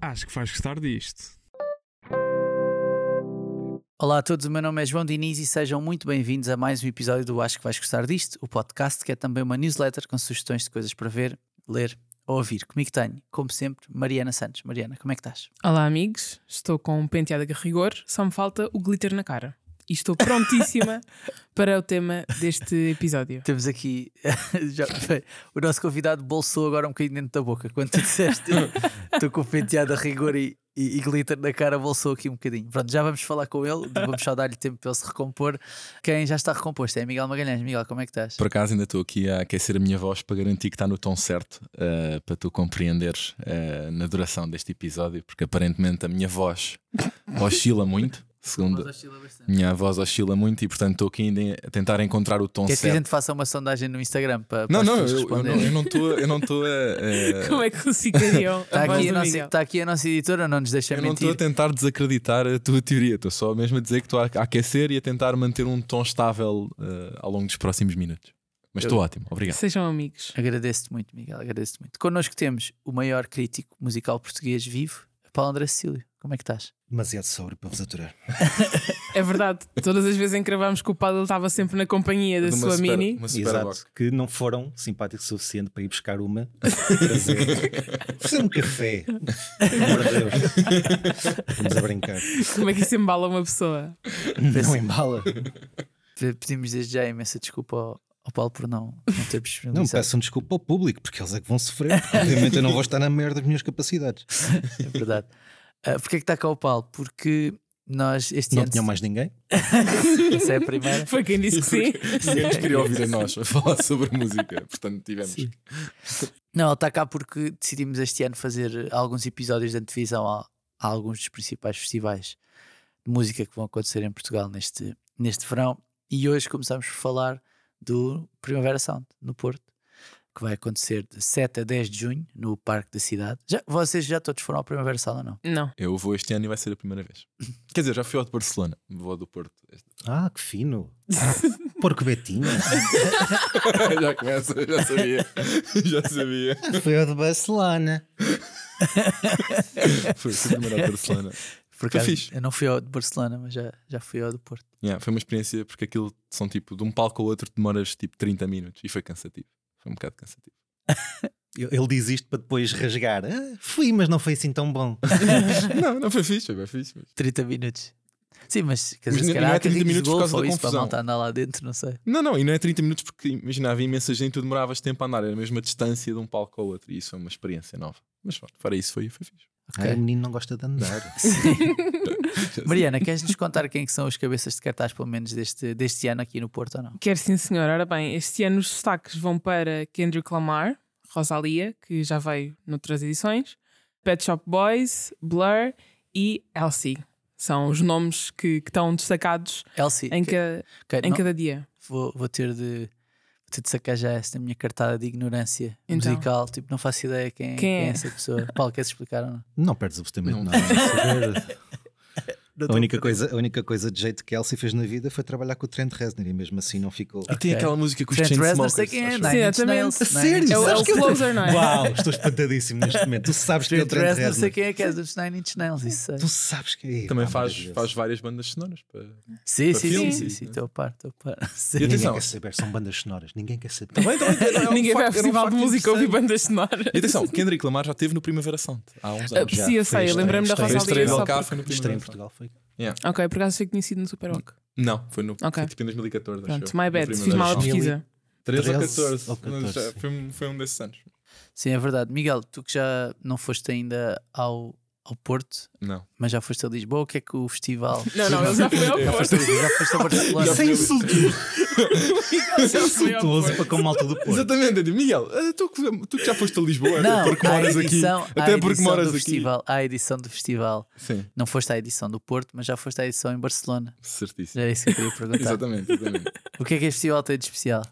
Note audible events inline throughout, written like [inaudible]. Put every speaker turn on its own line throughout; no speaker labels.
acho que vais gostar disto.
Olá a todos, o meu nome é João Diniz e sejam muito bem-vindos a mais um episódio do Acho que Vais Gostar Disto, o podcast que é também uma newsletter com sugestões de coisas para ver, ler ou ouvir. Comigo tenho, como sempre, Mariana Santos. Mariana, como é que estás?
Olá, amigos. Estou com um penteado a rigor, só me falta o glitter na cara. E estou prontíssima
[laughs]
para o tema deste episódio.
Temos aqui [laughs] já- o nosso convidado bolsou agora um bocadinho dentro da boca. Quando tu disseste [laughs] estou com o penteado a rigor e, e- e glitter na cara, bolsou aqui um bocadinho. Pronto, já vamos falar com ele, vamos só dar-lhe tempo para ele se recompor. Quem já está recomposto é Miguel Magalhães. Miguel, como é que estás?
Por acaso ainda estou aqui a aquecer a minha voz para garantir que está no tom certo, eh, para tu compreenderes eh, na duração deste episódio, porque aparentemente a minha voz oscila muito, segundo minha voz oscila muito e portanto estou aqui ainda a tentar encontrar o tom
é
Quer que a
certo.
gente faça uma sondagem no Instagram para, para
Não,
as
não,
pessoas
eu, eu não-
responderem?
eu não estou, eu não
[laughs]
estou a, eh,
Como é que conseguiriam?
Está
a
tá
voz
aqui, a
do
nossa,
Miguel?
está aqui a nossa editora, não nos deixa
eu não estou a
mentir.
tentar desacreditar a tua teoria, estou só mesmo a dizer que estou a aquecer e a tentar manter um tom estável eh, ao longo dos próximos minutos. Mas
Eu-
estou ótimo, obrigado.
Sejam amigos.
Agradeço-te muito, Miguel, agradeço-te muito. Connosco temos o maior crítico musical português vivo, Paulo André Cecílio. Como é que estás?
demasiado sóbrio para vos aturar.
É verdade, todas as vezes em que gravámos com o Paulo, ele estava sempre na companhia da
De uma
sua
super-
mini.
uma
Exato,
superbox.
que não foram simpáticos o suficiente para ir buscar uma. trazer. Fazer um café. Pelo amor de Deus. Vamos a brincar.
Como é que isso embala uma pessoa?
Não embala.
Pe- Pedimos desde já imensa desculpa ao, ao Paulo por não, não ter
Não,
disponibilizado.
peçam desculpa ao público, porque eles é que vão sofrer. Obviamente eu não vou estar na merda das minhas capacidades.
é verdade. Ah, Porquê é que está cá o Paulo? Porque nós este
Não
ano.
tinham mais ninguém.
[laughs] Essa é a primeira.
Foi quem disse que sim.
Ninguém nos queria ouvir a nós a falar sobre música, portanto tivemos.
Sim. Não, ele está cá porque decidimos este ano fazer alguns episódios de antevisão a, a alguns dos principais festivais de música que vão acontecer em Portugal neste, neste verão. E hoje começamos por falar do Primavera Sound, no Porto, que vai acontecer de 7 a 10 de junho, no Parque da Cidade. Já, vocês já todos foram ao Primavera Sound ou não?
Não.
Eu vou este ano e vai ser a primeira vez. Quer dizer, já fui ao de Barcelona, vou ao
[laughs]
do Porto.
Ah, que [laughs] fino. Porco Betinho.
já começa, já sabia. já sabia.
Foi o de Barcelona.
Foi, fui primeiro ao de Barcelona.
Por
Foi
acaso,
fixe.
eu não fui ao de Barcelona, mas já, já fui ao do Porto.
Yeah, foi uma experiência porque aquilo são tipo, de um palco ao outro demoras tipo 30 minutos e foi cansativo. Foi um bocado
[laughs]
cansativo.
Ele ele diz isto para depois rasgar. Ah, fui, mas não foi assim tão bom.
não, não foi fixe, foi bem fixe. Mas...
30 minutos. Sim, mas quer dizer,
Mas
se
não-
calhar
não é
há
30
carrinhos de
minutos por
golfe
causa
ou
da
isso para a
confusão.
malta andar lá dentro, não sei.
Não, não, e não é 30 minutos porque imagina, havia imensa gente e tu demoravas tempo a andar, era mesmo a distância de um palco ao outro e isso foi uma experiência nova. Mas pronto, fora isso foi, foi fixe.
Ok.
Ah, o menino não gosta de andar.
Mariana, queres-nos contar quem é que são os cabeças de cartaz, pelo menos deste, deste ano aqui no Porto ou não?
Quer sim, senhor. Ora bem, este ano os destaques vão para Kendrick Lamar, Rosalia, que já veio noutras edições, Pet Shop Boys, Blur e Elsie. São os nomes que, que estão destacados
Elsie,
em,
que-
ca-
ok,
em
não-
cada dia.
vou, vou ter de vou ter de sacar já esta minha cartada de ignorância
Então.
musical. Tipo, não faço ideia quem,
Quem
quem é
é?
essa pessoa. Paulo, queres explicar ou não?
Não perdes absolutamente
Não.
nada. Saber- a, única coisa, a única coisa de jeito que Elsie fez na vida foi trabalhar com o Trent Reznor e mesmo assim não ficou.
E tem
Ok.
aquela música com os
Trent
Chain
Reznor, sei
Smokers,
quem é,
acho eu.
não é?
Sim,
Nine Inch
exatamente.
Nails,
A
Nine
sério?
Inch
É o
Sabes
Nails.
El
que-
Closer, não é?
Uau, estou espantadíssimo neste momento. Tu sabes que é o
Trent
Trent
Reznor, sei
Reznor.
quem é que é dos Nine Inch Nails, isso sei.
Tu sabes que é.
Também
Pá,
faz,
maravilhoso.
faz várias bandas sonoras. para-
Sim,
para
sim, sim,
filmes
sim,
e-
sim, estou a par, estou a par. [laughs] Sim.
E
Ninguém
atenção.
quer saber, são bandas sonoras. Ninguém quer saber.
Também,
então,
também, [laughs] também, era um
Ninguém vai ao
facto- era um
festival de
facto
música ouvir
interessante.
bandas sonoras.
E atenção, Kendrick Lamar já teve no Primavera Sound há uns
Ah,
anos.
Sim, eu sei, eu
Estreia,
lembrei-me da
estreia,
Fez
Rosalia.
estreia
só
de
por-
Alcá, foi no
Estreia em
Primavera Sound.
Portugal foi.
Ok, por acaso achei que tinha sido no Super Rock.
Não, foi no
Ok.
foi tipo em 2014.
Pronto, my bad, fiz mal a
Sound.
pesquisa.
13 ou
13
14.
ou 14,
mas já
sim.
foi, um- foi um desses anos.
Sim, é verdade. Miguel, tu que já não foste ainda ao, ao Porto,
Não.
mas já foste a Lisboa, o que é que o festival.
Não, não, ele já foi ao
Já
Porto.
foste, [laughs] já foste a
é
Barcelona.
Sem insultuoso,
Ele já foi ao
é insultuoso
Porto.
para com a malta do Porto.
Exatamente, eu digo, Miguel, ah, tu, que- tu que já foste a Lisboa,
Não,
até porque
à
moras
edição,
aqui.
à
Até porque
edição
moras
do
aqui.
festival, à edição do festival.
Sim,
Não foste à edição do Porto, mas já foste à edição em Barcelona.
certíssimo.
Era isso que eu
[laughs]
queria perguntar.
Exatamente, exatamente.
o que é que este festival tem de especial?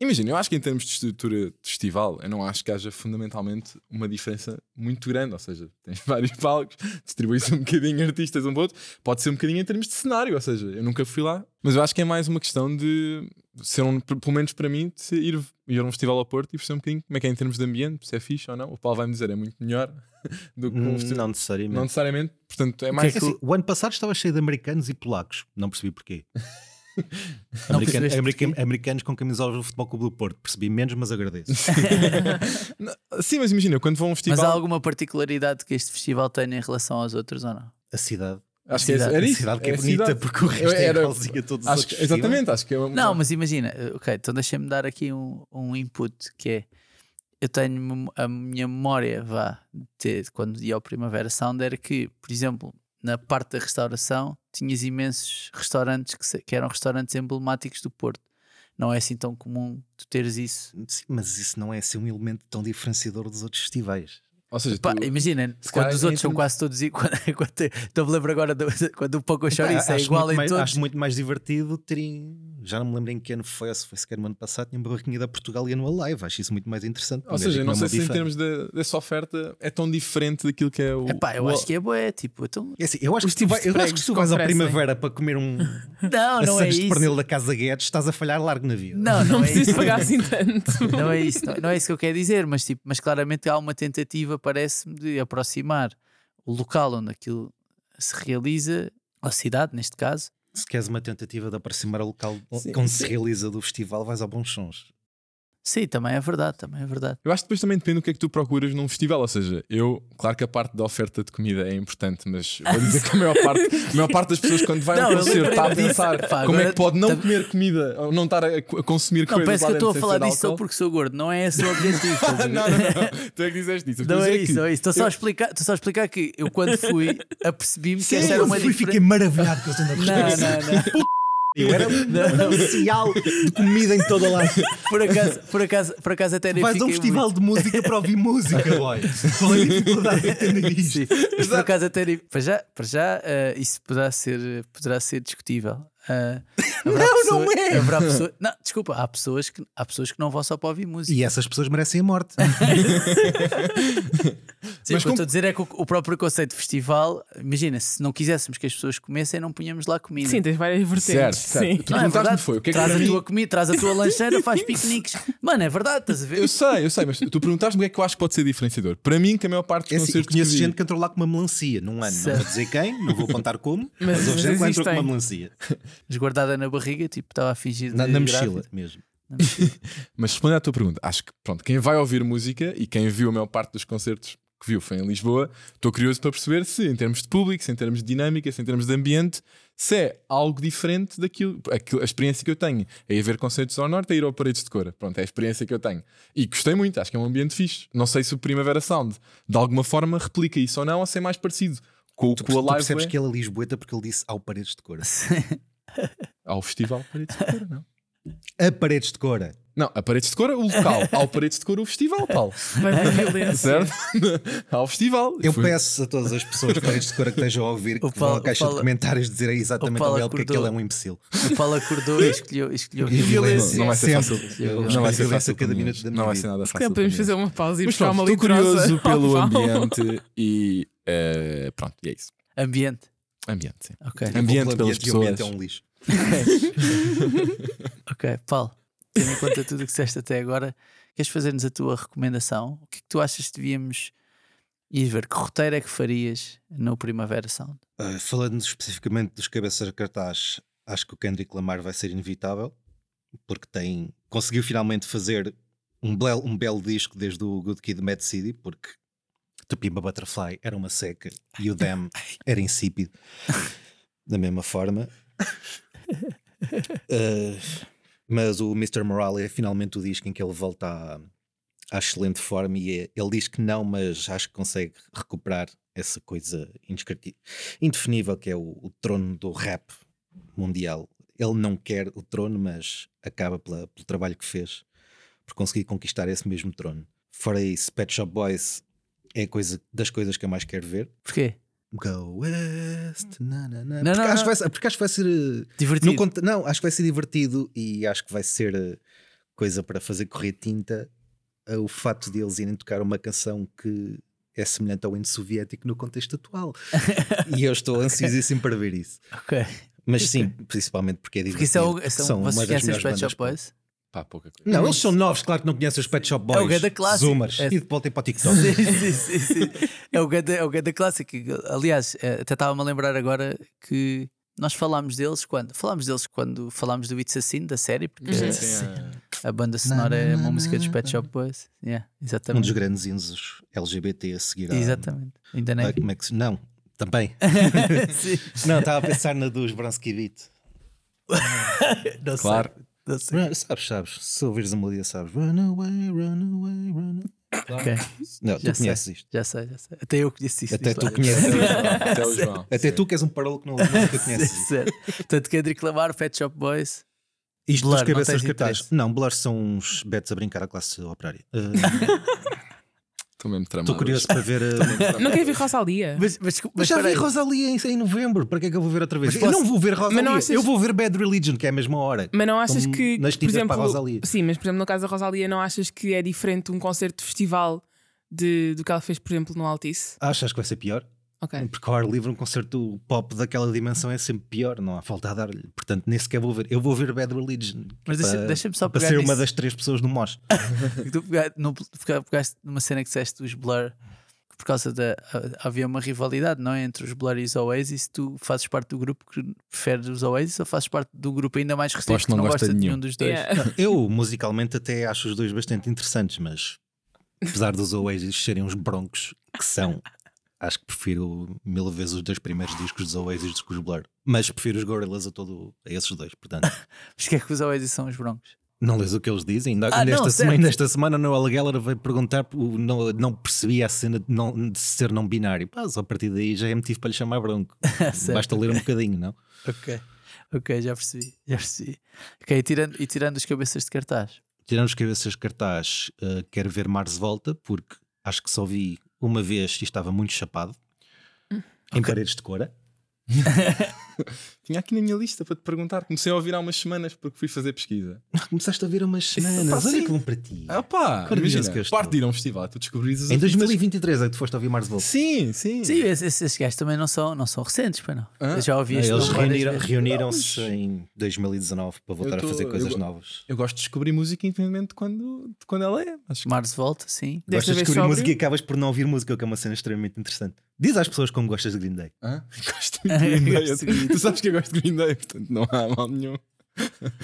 Imagina, eu acho que em termos de estrutura de festival, eu não acho que haja fundamentalmente uma diferença muito grande. Ou seja, tens [laughs] vários palcos, distribuís um bocadinho artistas um para o outro. Pode ser um bocadinho em termos de cenário, ou seja, eu nunca fui lá. Mas eu acho que é mais uma questão de ser um, pelo menos para mim, de ser- ir, ir a um festival ao Porto e perceber um bocadinho como é que é em termos de ambiente, se é fixe ou não. O Paulo vai-me dizer, é muito melhor. [laughs] do que um
Hum,
festival.
Não necessariamente.
Não necessariamente, portanto, é
O
mais.
É assim, o ano passado estava cheio de americanos e polacos. Não
[laughs]
percebi porquê.
Não
Americano-
percebeste
america- americanos com camisolas do Futebol Clube do Porto. Percebi menos, mas agradeço.
[laughs] Sim, mas imagina, quando vão a um
Mas
festival.
há alguma particularidade que este festival tem em relação aos outros ou não?
A cidade.
Acho que é-
cidade-
era
a
isso.
cidade que é
era a
bonita,
cidade.
porque o resto
Era-
é igualzinho a todos os
Acho
outros.
que-
festivais.
exatamente, acho que é uma-
Não, mas imagina, eh, ok, então deixa-me dar aqui um, um input que é eu tenho mem- a minha memória vá de quando ia ao Primavera Sound era que, por exemplo, na parte da restauração tinhas imensos restaurantes que, se- que eram restaurantes emblemáticos do Porto. Não é assim tão comum tu teres isso.
Sim, mas isso não é ser um elemento tão diferenciador dos outros festivais.
Ou seja,
Pá,
tu-
imagina,
se
quando
calhar
os outros
em
são
termos-
quase todos iguais. [laughs] Estou-me então lembro agora do- [laughs] quando o Poco Chorizo é
Pá, Ah, acho
igual
muito
em
mais,
todos.
Acho muito mais divertido terem. Já não me lembro em que ano foi, ou se foi sequer no ano passado, tinha uma barraquinha da Portugal e ano live. Acho isso muito mais interessante.
ou seja,
é
não sei se em termos de- dessa oferta é tão diferente daquilo que é o.
Epá, eu
o-
acho que é boé, tipo,
[laughs]
então-
É assim, eu acho
Os
que tu, vai,
tipos de
eu acho que
pregos
se tu vais à
que oferecem.
primavera para comer um
[laughs]
não, não é
assanjo de
isso.
pernil da Casa Guedes, estás a falhar largo na vida.
Não, não, é
[laughs] Não
isso.
preciso pagar assim tanto.
Não é isso, não, não é isso que eu quero dizer, mas, tipo, mas claramente há uma tentativa, parece-me, de aproximar o local onde aquilo se realiza, a cidade, neste caso.
Se queres uma tentativa de aproximar o local
Sim.
onde se realiza do festival, vais ao Bons Sons.
Sim, também é verdade, também é verdade.
Eu acho que depois também depende do que é que tu procuras num festival. Ou seja, eu, claro que a parte da oferta de comida é importante, mas vou dizer que a maior parte, a maior parte das pessoas, quando vai a
Não,
um
eu
concerto, está a
lembrei-me disso.
pensar
Pá,
como é
agora
que pode não
tam-
comer comida ou não estar a, co- a consumir
Não,
coisas.
parece
lá
que eu estou a
dentro
falar
sem ser
disso só
álcool.
porque sou gordo, não é esse o
[laughs]
objetivo. estás a ver?
[laughs] Não, não, não. Tu é que dizeste isso. Eu
Não
estou a
é
dizer que-
isso, não é isso. Estou só, a explicar, estou só a explicar que eu quando
[laughs]
fui apercebi-me que
Eu
essa era uma
fui,
diferença.
fiquei maravilhado com a
[laughs]
zona
Não,
[laughs]
não, não.
Eu era um manancial de comida em toda lá.
Por acaso, por acaso, por acaso até nem
Vais a um
fiquei
festival de música para ouvir música, boy. Qual é a dificuldade de entender isto?
Sim, mas [laughs] por acaso até nem- para já, para já eh, isso poderá ser, poderá ser discutível. Ah, haverá
Não, não
pessoa-
é.
haverá
[laughs]
pessoa- não, desculpa, há pessoas, que, há pessoas que não vão só para ouvir música.
E essas pessoas merecem a morte. É assim,
Sim,
mas
o que eu
como-
estou a dizer é que o, o próprio conceito de festival, imagina, se não quiséssemos que as pessoas comessem, não punhamos lá comida.
Sim, tens várias
Certo,
vertentes.
certo.
Sim.
Tu
Não, é
perguntaste-me
verdade.
foi o que é que
traz
para
a
mim-
tua comida, traz a
[laughs]
tua lancheira, faz piqueniques. Mano, é verdade, estás a ver?
Eu sei, eu sei, mas tu perguntaste-me o que é que eu acho que pode ser diferenciador. Para mim, que a maior parte
É
dos
assim, eu
concertos.
conheço
que vi-
gente que entrou lá com uma melancia num ano. Não
Certo.
vou dizer quem, não vou
[laughs]
apontar como,
Mas
mas houve gente que lá entrou com
existem.
uma melancia.
Esguardada na barriga, tipo, estava a fingir.
Na,
de
na
grávida.
mochila mesmo.
Mas respondendo à tua pergunta, acho que pronto, quem vai ouvir música e quem viu a maior parte dos concertos que viu foi em Lisboa, estou curioso para perceber se, em termos de público, se em termos de dinâmica, se em termos de ambiente, se é algo diferente daquilo, aquilo- a experiência que eu tenho. É ir ver concertos ao norte, é ir ao Paredes de Cora. Pronto, é a experiência que eu tenho. E gostei muito, acho que é um ambiente fixe. Não sei se o Primavera Sound de alguma forma replica isso ou não, ou se é mais parecido com o
Tu,
que o
tu
Alive
percebes
é
que ele é Lisboeta porque ele disse ao paredes de cora.
ao Festival Paredes de Cora,
[laughs]
não?
A paredes de cora.
Não, a Paredes de Cora, o local. Ao Paredes de Cora, o festival, Paulo.
Vai para a [laughs] violência.
certo? [laughs] Ao festival.
Eu
Fui-
peço a todas as pessoas de paredes de cora que estejam a ouvir
O
que vão
Paulo-
à caixa
o Paulo-
de comentários dizer aí
o
exatamente
Paulo
ao Bel porque é que
acordou.
ele é um imbecil.
O Paulo acordou e escolheu, escolheu
[laughs]
violência.
é
Não vai ser
Sempre.
fácil.
Eu
Não
escolho
vai ser
violência
fácil
cada
para mim
minuto
hoje.
da minha
Não vai
vida.
ser nada
Se calhar
fácil. para mim
podemos fazer um
hoje.
uma pausa e
Mas
buscar
pronto,
uma
estou
litrosa. [laughs]
curioso
ao
pelo
Paulo.
ambiente e. eh, pronto, e é isso.
Ambiente.
Ambiente, sim.
Ok,
Ambiente
O
pelas
e o ambiente é
pessoas.
um lixo.
ok. Paulo, tendo em conta tudo o que disseste até agora, queres fazer-nos a tua recomendação? O que é que tu achas que devíamos ir ver? Que roteiro é que farias no Primavera Sound?
Uh, falando especificamente dos cabeças de cartaz, acho que o Kendrick Lamar vai ser inevitável, porque tem conseguiu finalmente fazer um belo, um belo disco desde o Good Kid Mad City, porque Tupimba Butterfly era uma seca e o Damn era insípido, da mesma forma. Uh, mas o Mr. Morale é finalmente o disco em que ele volta à, à excelente forma e é- ele diz que não, mas acho que consegue recuperar essa coisa indescritível indefinível que é o, o trono do rap mundial. Ele não quer o trono, mas acaba pela- pelo trabalho que fez por conseguir conquistar esse mesmo trono. Fora isso, Pet Shop Boys é a coisa, das coisas que eu mais quero ver.
Porquê?
Go West, na, na, na.
Não,
porque,
não,
acho que
não.
vai ser- porque acho que vai ser. eh,
Divertido.
Não, conta- não, acho que vai ser divertido e acho que vai ser eh, coisa para fazer correr tinta eh, o facto de eles irem tocar uma canção que é semelhante ao hino soviético no
[laughs]
contexto atual. e eu estou ansiosíssimo para ver isso.
Ok.
[laughs] Mas sim, principalmente porque é divertido.
Porque isso é o. São,
uma
vocês
das
conhecem os
melhores
Pet Shop
bandas
Boys?
Pá, pouca coisa.
Não, eles são novos, claro que não conhecem os Pet Shop Boys.
É o ganda clássico.
Zoomers.
É-
E de volta para o TikTok. Um
Sim, sim, sim, sim. É o ganda, é o ganda clássico. Aliás, eh, até estava-me a lembrar agora que nós falámos deles quando? Falámos deles quando falámos do It's a Sin, da série, porque
Uhum.
a-
Sim,
a banda sonora é uma música dos Pet Shop Boys. Yeah,
Um dos
exatamente.
grandes hinos LGBT a seguir. à-
Exatamente. Ainda
à-
nem vi.
como é que se- Não, também.
[laughs] Sim.
Não, estava a pensar na dos Bronsky Beat.
Não sei,
Claro.
não sei.
Run- Sabes, sabes. Se ouvires a melodia, sabes. Run away, run away, run away.
Ok, Já
Não, tu
sei.
conheces isto.
Já sei, já sei. Até eu conheci isso. é
Até
diz
tu
lá. [laughs]
conheces.
Até o João.
Até tu que és um parolo que não
[laughs]
nunca conheces isto.
Certo. Portanto, Kendrick Lamar, Pet Shop Boys.
Isto
Blur,
dos
não
cabeças
tens
de cartaz.
interesse.
Não, Blur são uns betos a brincar à
[laughs]
classe operária. Ah,
Estou mesmo tramado.
Estou curioso
hoje.
para ver. ah,
Não quer ver Rosalia?
Mas, mas, mas,
Mas já vi
peraí.
Rosalia em, em novembro, para que é que eu vou ver outra vez?
Mas
Eu
posso-
não vou ver Rosalia,
achas-
eu vou ver Bad Religion, que é a mesma hora.
Mas não achas
Estão
que,
nas
por
tintas é para a
exemplo,
Rosalia.
Sim, mas por exemplo, no caso da Rosalia, não achas que é diferente um concerto de festival de, do que ela fez, por exemplo, no Altice?
Achas que vai ser pior?
É.
Ok.
Porque ao ar livre, um concerto pop daquela dimensão é sempre pior, não há falta a dar-lhe. Portanto, nem sequer vou ver. Eu vou ver Bad Religion.
Mas
que é
deixa-
para-
deixa-me só
Para
pegar
ser uma
nisso.
das três pessoas no MOS.
Porque tu pega- no- pega- pegaste numa cena que disseste dos Blur, que por causa da. ha- Havia uma rivalidade, não é? Entre os Blur e os Oasis. Tu fazes parte do grupo que prefere os Oasis ou fazes parte do grupo ainda mais restrito
Aposto
que não, gosta de nenhum, dos dois?
Yeah.
Eu, musicalmente, até acho os dois bastante interessantes, mas apesar dos Oasis serem uns broncos que são, acho que prefiro mil vezes os dois primeiros discos dos Oasis do que os Blur. Mas prefiro os Gorillaz a, todo, a esses dois, portanto.
Mas que é que os Oasis são os broncos?
Não lês o que eles dizem? Ainda,
Ah,
ainda
não,
esta,
certo.
semana, ainda esta semana o Noel Gallagher veio perguntar, o- não, não percebia a cena de, não- de ser não binário. Pá, só a partir daí já é motivo para lhe chamar bronco.
[laughs] Certo.
Basta ler um bocadinho, não?
Ok, ok, já percebi, já percebi. Ok, e tirando, e tirando os cabeças de cartaz.
Tiramos cabeças de cartaz, eh, quero ver Mars Volta, porque acho que só vi uma vez e estava muito chapado.
Hum.
Em paredes de Ah, cora.
Tinha aqui na minha lista para te perguntar. Comecei a ouvir há umas semanas porque fui fazer pesquisa.
Começaste a ver umas
pá,
semanas. Olha
sim.
que bom para ti.
Ah pá,
Curioso
imagina,
que eu estou.
parte de ir a um festival, tu descobris as
Em
artistas-
2023 é que tu foste ouvir Mars Volta.
Sim, sim.
Sim, esses, esses gajos também não são, não são recentes, pois não?
Hã?
Eu já ouvi
Ah, Eles
este nome várias
reuniram-
vezes.
reuniram-se em 2019 para voltar
Eu
a
tô-
fazer coisas
eu-
novas.
Eu gosto de descobrir música independentemente de quando, de quando ela é. Acho que
Mars Volta, sim.
Desta
gostas de
vez
descobrir
sóbrio.
música e acabas por não ouvir música, o que é uma cena extremamente interessante. Diz às pessoas como gostas de Green Day.
Hã? [laughs] Gosto muito de Green
Gosto
Day. tu sabes que eu gosto de Green Day, portanto não há mal nenhum.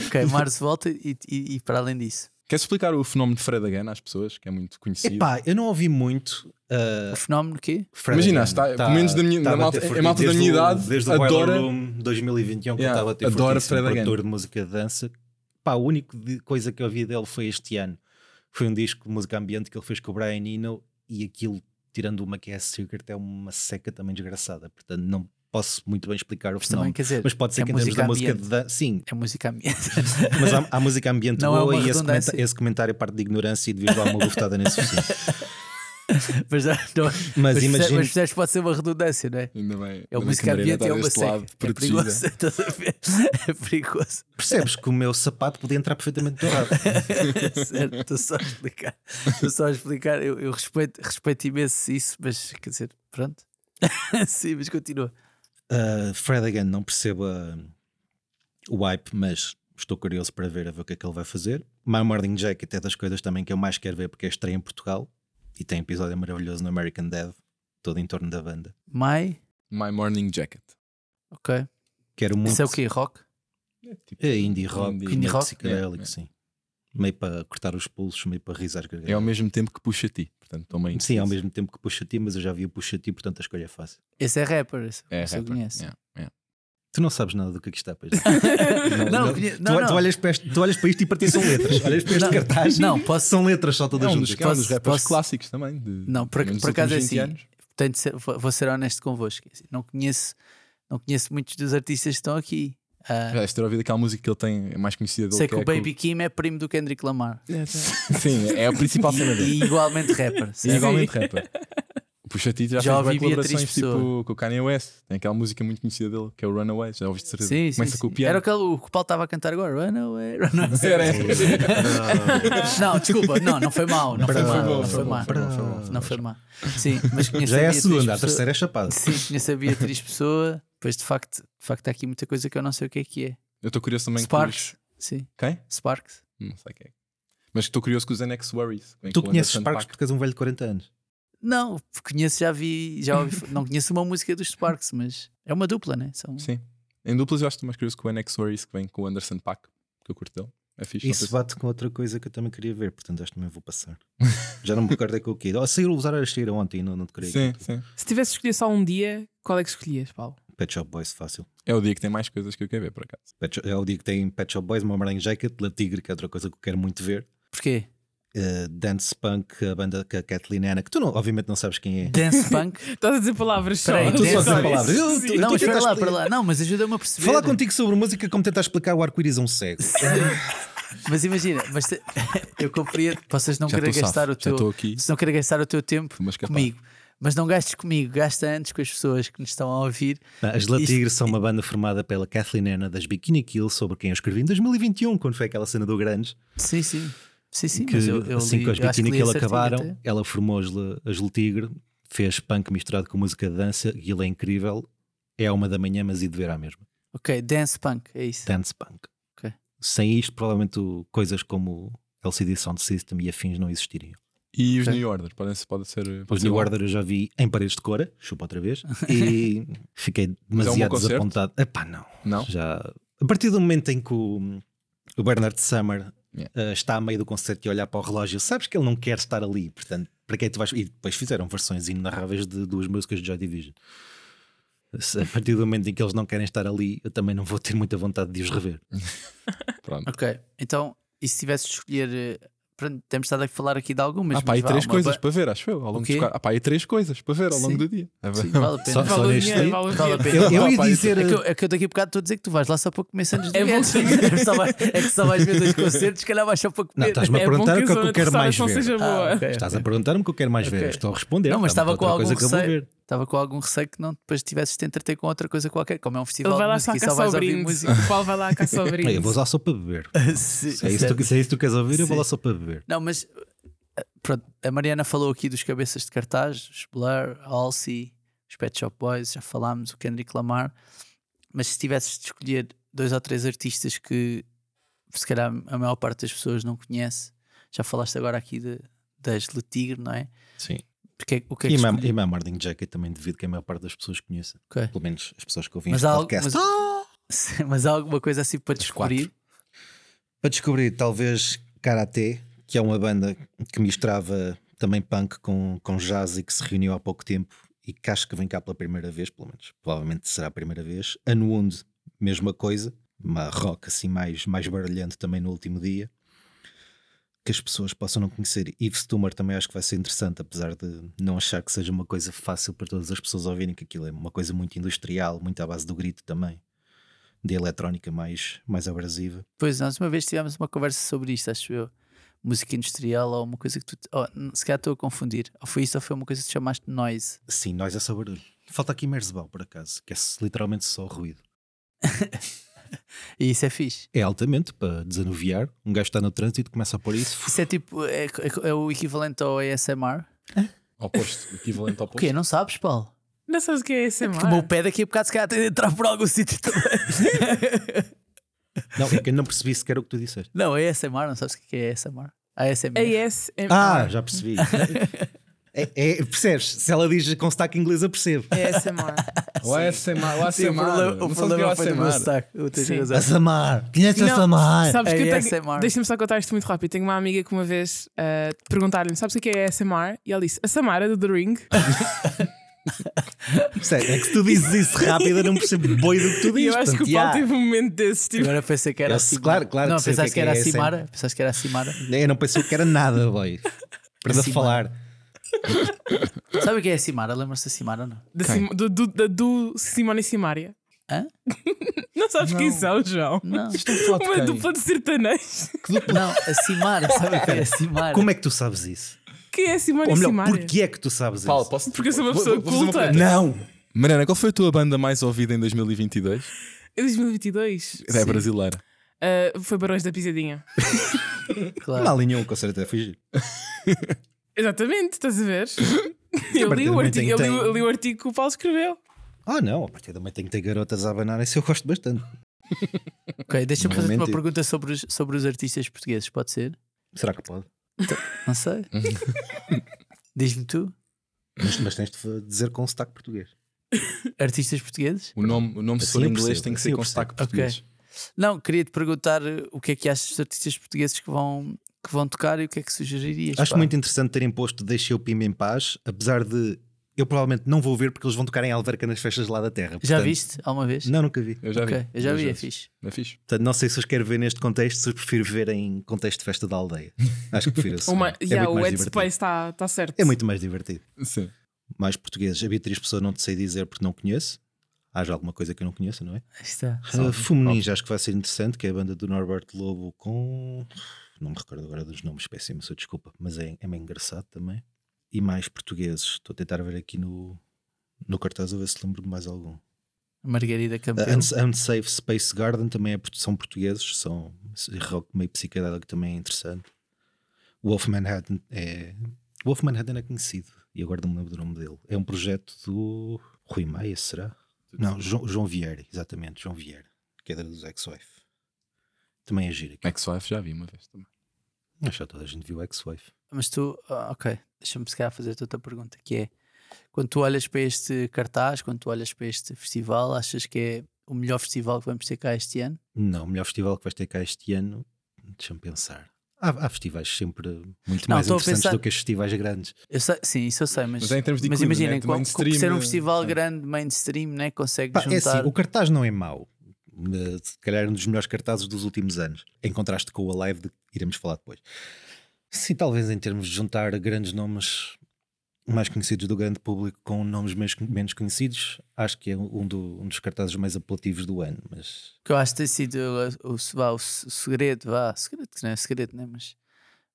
Ok, Mars Volta e, e- e para além disso.
Queres explicar o fenómeno de Fred Again às pessoas, que é muito conhecido?
Epá, eu não ouvi muito. ah,
O fenómeno quê?
Fred
Imagina,
Again.
está- pelo menos da minha-
está
da
Tá, a bater
malta-
forte.
a malta da
Desde
minha
o-
idade
Desde o
adora-
Boiler Room 2021 que
Yeah,
estava a ter
adora
fortíssimo,
Fred Again.
produtor de música de dança. Pá, a única de- coisa que eu ouvi dele foi este ano. Foi um disco de música ambiente que ele fez com o Brian Eno e aquilo, tirando uma que é a Secret, é uma seca também desgraçada. Portanto, não posso muito bem explicar o
Mas também,
fenómeno.
quer dizer,
Mas pode ser
é
que em termos
música
da música
ambiente.
de dança. Sim,
É música ambiente. [laughs]
Mas há, há música ambiente
Não é
boa
uma
e esse,
redundância.
comenta- esse comentário parte de ignorância e devia levar uma
[laughs]
bufetada nesse filme.
mas, não, não-
Mas
mas é-
imagina.
mas percebes que pode ser uma redundância, não é?
Ainda bem. ainda
É
bem
uma
que
música
Mariana
ambiente
tá
está
e é uma
deste
seca.
lado,
É
protegida.
perigoso, [laughs] estás a ver? É perigoso. [laughs]
Percebes que o meu sapato podia entrar perfeitamente no teu rabo.
certo, estou só a explicar. Estou só a explicar. Eu, eu respeito, respeito imenso isso, mas quer dizer, pronto. [laughs] Sim, mas continua.
Ah, Fred Again, não percebo ah, o hype, mas estou curioso para ver, a ver o que é que ele vai fazer. My Morning Jacket é das coisas também que eu mais quero ver porque é estreia em Portugal e tem episódio maravilhoso no American Dev, todo em torno da banda.
Mai,
My Morning Jacket.
ok.
Quero muito.
Isso é o quê? Rock?
tipo,
É indie rock,
Indie
meio
rock?
psicodélico,
É, é.
sim. Meio para cortar os pulsos, meio para risar.
É ao mesmo tempo que puxa ti. Portanto, toma aí.
é
Sim, ao mesmo tempo que puxa ti, mas eu já vi o puxa ti, portanto a escolha é fácil.
Esse é rapper, esse
É,
esse eu
rapper.
conheço.
Yeah, yeah.
Tu não sabes nada do que aqui está, pois.
[laughs] Não,
não.
conhe-
Tu,
não,
tu
não.
olhas para este, tu olhas para isto e para ti são letras. Olhas para este
Não,
cartaz.
não, posso-
São letras só
É um
todas juntas.
dos, é um dos
Posso-
rappers
posso-
clássicos também. de-
Não, por-
pelo menos
por
dos
acaso é
últimos 20
assim.
anos.
Tenho de ser- vou vou ser honesto convosco. assim, Não conheço, não conheço muitos dos artistas que estão aqui. Ah,
Já deves ter ouvido aquela música que ele tem, é mais conhecida dele.
sei que o
é com-
Baby Kim é primo do Kendrick Lamar.
[laughs] Sim, é a principal cena dele.
[laughs] E igualmente rapper.
E
certo?
igualmente rapper. O [laughs] Puxa T já,
Já
fez
ouvi
bué colaborações
Beatriz Pessoa.
tipo com o Kanye West. Tem aquela música muito conhecida dele, que é o Runaway. Já ouviste de certeza?
Sim, sim,
Começa
sim.
com o piano.
Era aquele, o que o Paulo estava a cantar agora. Runaway, runaway.
Era essa.
Não, desculpa, não, não foi mal. Não foi
Bravo,
mal. Não
foi
foi
bom,
mal.
foi bom, foi bom.
Não foi mal. Sim, mas conheço
Já é a
Beatriz
segunda, a
Pessoa.
terceira é chapada.
Sim, conheço a Beatriz Pessoa. Pois de facto, de facto há aqui muita coisa que eu não sei o que é que é.
Eu estou curioso também. com os-
Sparks. Sim,
Quem?
Sparks.
Não sei quem é. Mas estou curioso com os Annex Worries. Como é que
Tu
o
conheces
Anderson
Sparks
Paak-
porque és um velho de 40 anos.
Não, conheço, já vi, já ouvi, fa- não conheço uma música dos Sparks, mas é uma dupla, né? São,
Sim. Em duplas eu acho que estou mais curioso com o Annex Worries que vem com o Anderson Pack, que eu curto dele. É fixe. não
Isso
sei se-
bate com outra coisa que eu também queria ver, portanto acho que também vou passar. Já não me recordo é com o quê. Oh, saíram usar a cheira ontem, não, não te creio.
Sim, sim.
[laughs] Se tivesse escolhido só um dia, qual é que escolhias, Paulo?
Pet Shop Boys, fácil.
É o dia que tem mais coisas que eu quero ver, por acaso.
Pet Shop- é o dia que tem Pet Shop Boys, uma Maranhão Jacket, La Tigre, que é outra coisa que eu quero muito ver.
Porquê?
Uh, Dance Punk, a banda que a Kathleen Anna, que tu não, obviamente não sabes quem é.
Dance punk?
Estás a dizer palavras só.
Peraí,
Estou só a dizer
Dance-
palavras.
Sim.
Eu- eu-
não,
estou
mas
a
para
tentar
lá,
explicar-
para lá. Não, mas ajuda-me a perceber.
Falar contigo sobre música como tentar explicar o arco-íris a um cego.
Mas imagina, mas te- eu compreendo. Vocês não
Já
querem
estou
gastar
safo,
o
já
teu.
estou aqui.
Vocês não querem gastar o teu tempo
Vou-me escapar.
comigo. Mas não gastes comigo, gasta antes com as pessoas que nos estão a ouvir.
As La Tigre
é-
são uma banda formada pela Kathleen Anna das Bikini Kill, sobre quem eu escrevi em 2021, quando foi aquela cena do Grandes.
Sim, sim. Sim, sim,
que
mas eu, eu
assim
li,
que os
eu acho
Bikini
li
Kill
esse artigo
acabaram,
até.
ela formou as Le, as Le Tigre, fez punk misturado com música de dança e ele é incrível. É à uma da manhã, mas e de ver à mesma.
Ok, dance punk, é isso.
Dance punk.
Ok.
Sem isto, provavelmente o- coisas como LCD Sound System e afins não existiriam.
E os
Sim.
New Order, podem ser, pode ser. pode
Os
ser
New
bom.
Order eu já vi em paredes de cora, chupa
[laughs]
outra vez, e fiquei
Mas é um bom
demasiado
concerto?
desapontado. Epá, não.
Não?
Já, a partir do momento em que o, o Bernard Summer
Yeah.
eh, está a meio do concerto e olhar para o relógio, sabes que ele não quer estar ali, portanto, para que é que tu vais. E depois fizeram versões inarráveis de duas músicas de Joy Division. Se- A partir do momento em que eles não querem estar ali, eu também não vou ter muita vontade de os rever.
Pronto.
Ok, então, e se tivesse de escolher. eh, Pronto, temos estado a falar aqui de algumas.
Há Ah, pá
mas
aí
vá,
três
uma
coisas
ba-
para ver, acho eu. Ao
O
longo
quê?
dos quatro- Há pá aí três coisas para ver ao longo
Sim.
do dia. É [laughs]
Sim,
verdade.
vale a pena.
Só-
Vale o
neste
dinheiro,
dia-
vale o
Vale a
dinheiro.
pena.
Eu, eu
Ah,
ia
pá, isso-
dizer.
É que, eu, é que eu daqui a bocado estou a dizer que tu vais lá só para comer sandes do
eh, É bom
Guedes.
que-
é, que [laughs] só vai- é que só vais ver dois concertos, se calhar vais só para
Não,
comer.
estás-me a
É bom
perguntar o que é que
zona
eu
de
quero mais
restauração
ver.
seja [laughs] boa.
Ah, ok,
Estás
ok.
a perguntar-me o que eu quero mais ver.
Ok.
Eu Estou a responder.
Não, mas
Está-me
estava com
outra
algum
coisa que eu vou
receio.
ver.
Estava com algum receio que não depois tivesses de entreter com outra coisa qualquer, como é um festival
Ele vai
de
lá
música
só
e
a
só
caçar
vais
o
ouvir
brinde.
música.
[laughs] O Paulo vai lá a
[laughs]
caçar o brinde.
Eu vou lá só para beber.
Sim,
Se é isso que
certo.
tu- se é isso que tu queres ouvir, eu vou
Sim.
lá só para beber.
Não, mas eh, pronto, a Mariana falou aqui dos cabeças de cartaz, os Blur, a Halsey, os Pet Shop Boys, já falámos, o Kendrick Lamar. Mas se tivesses de escolher dois ou três artistas que se calhar a maior parte das pessoas não conhece, já falaste agora aqui de, das Le Tigre, não é?
Sim.
Porque, é- o que é que
E Mam-
escolhi?
e Mam Marding Jacket também devido que a maior parte das pessoas conheça.
Ok.
Pelo menos as pessoas que ouvem
Mas
este
há algo-
podcast. Ah!
mas- Sim, [laughs] Mas há alguma coisa assim para
quatro.
descobrir?
Para descobrir, talvez Karate, que é uma banda que misturava também punk com, com jazz e que se reuniu há pouco tempo e que acho que vem cá pela primeira vez, pelo menos. Provavelmente será a primeira vez. Anuund, mesma coisa. Uma rock assim mais, mais barulhante também no último dia. Que as pessoas possam não conhecer. Yves Tumor também acho que vai ser interessante, apesar de não achar que seja uma coisa fácil para todas as pessoas ouvirem, que aquilo é uma coisa muito industrial, muito à base do grito também, de eletrónica mais, mais abrasiva.
Pois, nós uma vez tivemos uma conversa sobre isto, acho eu. Música industrial ou uma coisa que tu. oh, n- se calhar estou a confundir. Ou foi isso ou foi uma coisa que tu chamaste noise?
Sim, nós é só barulho. Falta aqui Merzbal, por acaso, que é s- literalmente só ruído.
E isso é fixe.
É altamente para desanuviar. Um gajo está no trânsito, começa a pôr isso.
Isso é tipo. É, é- é o equivalente ao ASMR?
Oposto. o Equivalente ao
O
oposto.
quê? Não sabes, Paulo?
Não sabes o que é esse,
Porque o meu pé daqui a bocado se calhar tem de entrar por algum [laughs] sítio também.
[laughs] Não, é que eu não percebi sequer o que tu disseste.
não, ASMR, não sabes o que é ASMR? ASMR.
É
ASMR.
Ah, já percebi. [laughs] É, é- percebes? Se ela diz com sotaque inglês, eu [laughs] percebo.
ASMR.
O ASMR. O
[laughs] Sim, o
ASMR.
problema, o
Não sabes
problema foi do meu
o que é o ASMR.
sotaque. Eu tenho
Sim.
razão.
Assamar! Conhece
Não,
Assamar?
Sabes
É
que eu tenho.
ASMR.
Deixa-me só contar isto muito rápido. Tenho uma amiga que uma vez ah, perguntaram-lhe: Sabes o que é ASMR? E ela disse: A Samara do The Ring.
Ah, Percebes? É que se tu dizes isso rápido, eu não percebo boi do que tu
E
dizes.
eu acho que
portanto,
o Paulo
já.
teve um momento desses. Tipo,
Agora pensei que era
Eu-
Cimara.
claro, claro
Não,
que sei o
pensaste que
assim, que é que
era
é
a Cimara? Pensaste que era a Cimara?
Eu não pensei que era nada, boy. Para
Assimar.
falar.
Sabe o que é a Cimara? Lembram-se da Cimara ou não?
da
Quem?
Sim- do, do, da- do Simone e Simária.
Hã?
[laughs] Não sabes quem são, João?
Não.
é um
Estou a falar de
Uma
quem?
dupla de sertanejos. [laughs]
Não, a Cimara, sabe o que é a Cimara?
Como é que tu sabes isso?
Quem é Simone
Ou
e
melhor,
Simária?
porquê é que tu sabes isso?
Paulo, posso
Porque eu sou uma
Vou-
pessoa
vou- vou fazer
culta.
uma pergunta.
Não!
Mariana, qual foi a tua banda mais ouvida em 2022?
Em 2022
É brasileira.
ah, foi Barões da Pisadinha.
Claro.
Mal nenhum, o concerto até fugir.
Exatamente, estás a
[laughs]
ver? Eu
partir
li,
do
o
momento
artigo,
em que
eu, li,
tem-
eu li o artigo que o Paulo escreveu.
Ah, não, a partir do momento em que tem garotas a abanar, isso eu gosto bastante.
Ok, deixa-me
Não
fazer-te uma
mentir.
pergunta sobre os, sobre os artistas portugueses, pode ser?
Será que pode?
Não sei. Diz-me tu,
Mas, mas tens de dizer com sotaque português.
artistas portugueses?
O nome, o nome se
Assim
é
for
eu
em inglês
percebo,
tem que
assim
ser
eu
com
percebo.
sotaque português.
Não, queria te perguntar eh, o que é que achas dos artistas portugueses que vão, que vão tocar e o que é que sugeririas.
Acho
pá?
muito interessante terem posto Deixei o Pima em paz, apesar de eu provavelmente não vou ver porque eles vão tocar em Alverca nas festas lá da Terra.
Já
Portanto,
viste alguma vez?
Não, nunca vi.
Eu já
Ok,
vi.
eu já
duas
vi, é
vezes.
fixe.
É fixe.
Portanto, não sei se os quero ver neste contexto, se os prefiro ver em contexto de festa da aldeia. Acho que prefiro assim.
Uma, yeah,
muito
o
mais
Ed
divertido.
Space está tá certo.
É muito mais divertido.
Sim.
Mais portugueses. A Beatriz Pessoa não te sei dizer porque não conheço. Haja alguma coisa que eu não conheço, não é?
Aí está.
Uh, Fumo Ninja acho que vai ser interessante, que é a banda do Norberto Lobo com. Não me recordo agora dos nomes, péssimo, sou desculpa, mas é, é meio engraçado também. E mais portugueses. Estou a tentar ver aqui no, no cartaz a ver se lembro de mais algum.
Margarida
Uh,
Campeão.
Uns- Unsafe Space Garden também é, port- são portugueses, são rock meio psicodélico também é interessante. Wolf Manhattan é. Wolf Manhattan é conhecido e agora não me lembro do nome dele. É um projeto do Rui Maia, será? Não, João, João Vieira, exatamente, João Vieira, que é dos X-Wife. Também é giro aqui.
Ex-wife já vi uma vez também.
Acho que toda a gente viu X-Wife.
Mas tu, ah, ok, deixa-me se calhar fazer outra pergunta, que é, quando tu olhas para este cartaz, quando tu olhas para este festival, achas que é o melhor festival que vamos ter cá este ano?
Não, o melhor festival que vais ter cá este ano, deixa-me pensar. Há, há festivais sempre muito
Não,
mais
estou a
interessantes
pensar-
do que os festivais grandes.
Eu sei- sim, isso eu sei, mas,
Mas é em termos de
mas
equilíbrio,
imaginem,
né? De
como, como
mainstream,
ser um
eh,
festival
sim.
grande, mainstream, né? consegue
Pá, é
juntar...
assim, o cartaz não é mau. Eh, Se calhar é um dos melhores cartazes dos últimos anos, em contraste com o Alive de que iremos falar depois. Sim, talvez em termos de juntar grandes nomes mais conhecidos do grande público com nomes menos- menos conhecidos, acho que é um, do- um dos cartazes mais apelativos do ano. Mas
que eu acho que tem sido uh, o, se- vá, o se- segredo, vá, segredo que não é segredo, né? mas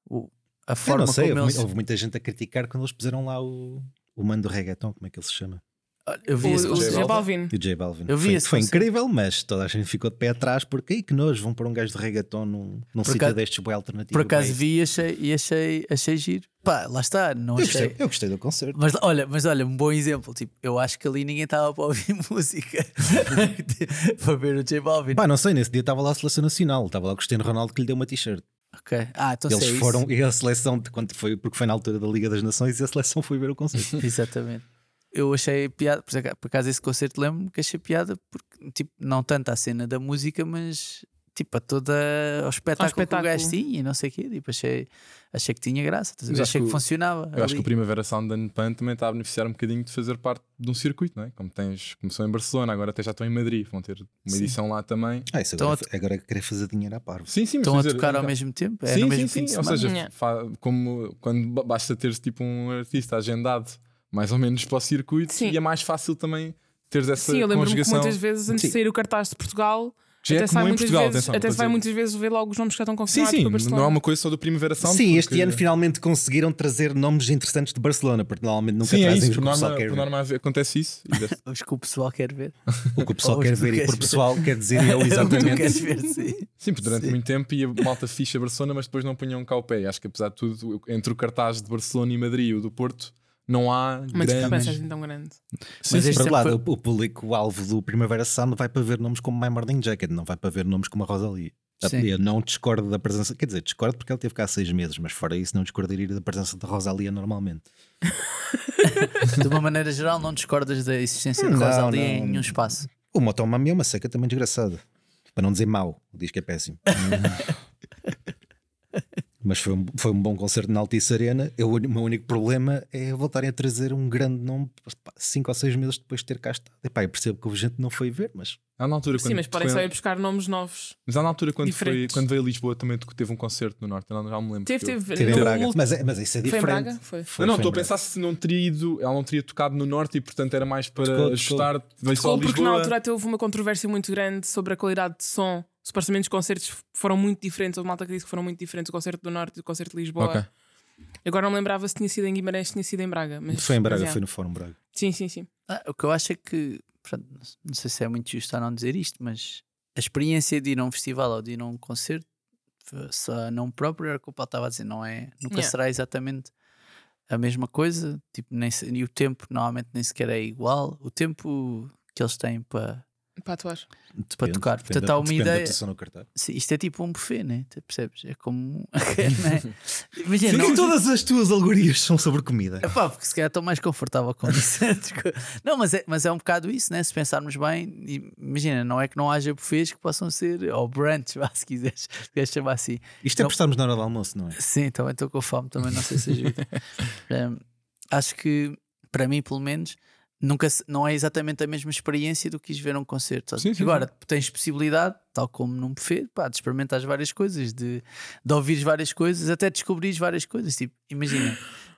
o- a
eu
forma
não sei,
como
houve,
eles.
mu- houve muita gente a criticar quando eles puseram lá o, o mano do reggaeton, como é que ele se chama?
Olha, Eu
O,
vi esse
o
concerto.
J Balvin.
E o J Balvin.
Eu vi
foi,
esse
foi
concerto.
incrível, mas toda a gente ficou de pé atrás porque aí que nós vão pôr um gajo de reggaeton num, num sítio
acaso-
destes boi
é
alternativo.
tipo
é
por acaso
bem.
vi e achei, e achei, achei giro. Pá, lá está, não
Eu
achei.
gostei, eu gostei do concerto.
Mas olha, mas olha, um bom exemplo. Tipo, eu acho que ali ninguém estava para ouvir [laughs] música para ver o J Balvin.
Pá, não sei, nesse dia estava lá a seleção nacional, estava lá o Cristiano Ronaldo que lhe deu uma t-shirt.
Ok. Ah, então
Eles
sei isso.
foram, e a seleção, de quando foi, porque foi na altura da Liga das Nações, e a seleção foi ver o concerto.
Exatamente. Eu achei piada, por aca- por acaso esse concerto lembro-me que achei piada, porque, tipo, não tanto à cena da música, mas tipo a toda ao espetáculo,
espetáculo.
que o gajo tinha e não sei o quê. Tipo, achei, achei que tinha graça, estás a ver?
Mas acho
achei que,
que o-
funcionava.
Eu acho que
ali.
o Primavera Sound and Pan também está a beneficiar um bocadinho de fazer parte de um circuito, não é? Como tens, começou em Barcelona, agora até já estão em Madrid, vão ter uma edição lá também.
[laughs] Ah, isso
Então,
agora, agora é querer fazer dinheiro à parvo.
Sim, sim, mas
Estão a
quer dizer,
tocar ao
então-
mesmo tempo? É
sim,
no mesmo
sim,
fim de
sim. Ou
semana?
seja,
Yeah.
fa- como quando ba- basta teres tipo um artista agendado mais ou menos para o circuito
Sim.
e é mais fácil também teres essa
Sim, eu lembro-me que
conjugação.
muitas vezes antes de
Sim.
sair o cartaz de Portugal,
Já
até
é
se
comum
vai
em
muitas
Portugal,
vezes,
atenção.
até se vai
estou a
muitas vezes ver logo os nomes que já estão
dizer.
confirmados para
Sim, sim,
Barcelona.
não é uma coisa só do Primavera Sound.
Sim, este
porque-
ano finalmente conseguiram trazer nomes interessantes de Barcelona, porque normalmente nunca um
Sim, é
trazem
isso.
o que
Por
o pessoal
norma,
quer
por
ver.
norma acontece isso. E deve-
Os que o pessoal quer ver.
O que
[laughs]
o pessoal
Ou
quer
os que
ver
tu
e por
queres
pessoal quer dizer
[laughs]
eu
Tu
exatamente.
queres ver, sim.
é Sim, porque durante
Sim.
muito tempo ia malta ficha a Barcelona, mas depois não punham cá o pé. Acho que apesar de tudo, entre o cartaz de Barcelona e Madrid e o do Porto, não há
uma discrepância
grandes...
assim tão grande.
Mas
Mas
este é
por lado,
foi-
o público-alvo do Primavera Sound vai para ver nomes como My Morning Jacket, não vai para ver nomes como a Rosalie.
Sim.
Eu não discordo da presença, quer dizer, discordo porque ele teve cá há seis meses, mas fora isso, não discordaria da presença da Rosalia normalmente.
De uma maneira geral, não discordas da existência de
Não,
Rosalia
não.
em nenhum espaço.
O Motomami é uma seca também desgraçada. Para não dizer mau, diz que é péssimo.
[laughs]
Mas foi um, foi um bom concerto na Altice Arena. Eu, o meu único problema é voltarem a trazer um grande nome pá, cinco ou seis meses depois de ter cá estado. Epá, eu percebo que houve gente que não foi ver, mas
Há na altura
sim,
quando
mas podem
foi- um
só ir buscar nomes novos.
Mas há na altura quando, foi,
Diferentes.
quando veio a Lisboa também to- teve um concerto no Norte, eu não, já me lembro.
Teve,
Eu-
teve. um
teve em
no
Braga.
último-
Mas, é- mas isso é
Foi em
diferente.
Braga? Foi.
Foi-
Eu não, estou
foi em
a
Braga.
pensar se não teria ido, ela não teria tocado no Norte e portanto era mais para
Tocou, tocou.
ajustar. Veio só a
Ou porque na
Lisboa.
altura até houve uma controvérsia muito grande sobre a qualidade de som. Supostamente os concertos foram muito diferentes. Houve malta que disse que foram muito diferentes. O concerto do Norte e o concerto de Lisboa.
Ok.
Agora não me lembrava se tinha sido em Guimarães, se tinha sido em Braga. Mas,
Foi em Braga,
mas, é.
foi no Fórum Braga.
Sim, sim, sim.
Ah, o que eu acho é que, pronto, não sei se é muito justo ou não dizer isto, mas a experiência de ir a um festival ou de ir a um concerto, só não próprio, era o que o Paulo estava a dizer, não é? Nunca
Yeah.
será exatamente a mesma coisa, tipo, nem, se- e o tempo normalmente nem sequer é igual. O tempo que eles têm para
para atuar.
Depende,
tocar.
depende
Portanto,
da-
há uma
depende da
ideia-
atuação no cartaz.
Sim, Isto é tipo um buffet, né? Tu Percebes? É como. [laughs] né? Imagina,
Porque
não-
todas as tuas alegorias são sobre comida.
Epá, porque se calhar estou mais confortável com [laughs] isso. não, mas é, mas é um bocado isso, né? Se pensarmos bem, i- imagina, não é que não haja buffets que possam ser, ou brunch, [laughs] vá, se quiseres, se quiseres chamar assim.
Isto é
Não.
por estarmos na hora do almoço, não é?
Sim, também estou com fome, também não sei se
[laughs]
ajuda. Hum, acho que, para mim, pelo menos, nunca se- não é exatamente a mesma experiência do que ires ver um concerto.
Sim, sim,
Agora, tens possibilidade, tal como num buffet, pá, de experimentares várias coisas, de, de ouvires várias coisas, até descobrires várias coisas. Tipo, imagina,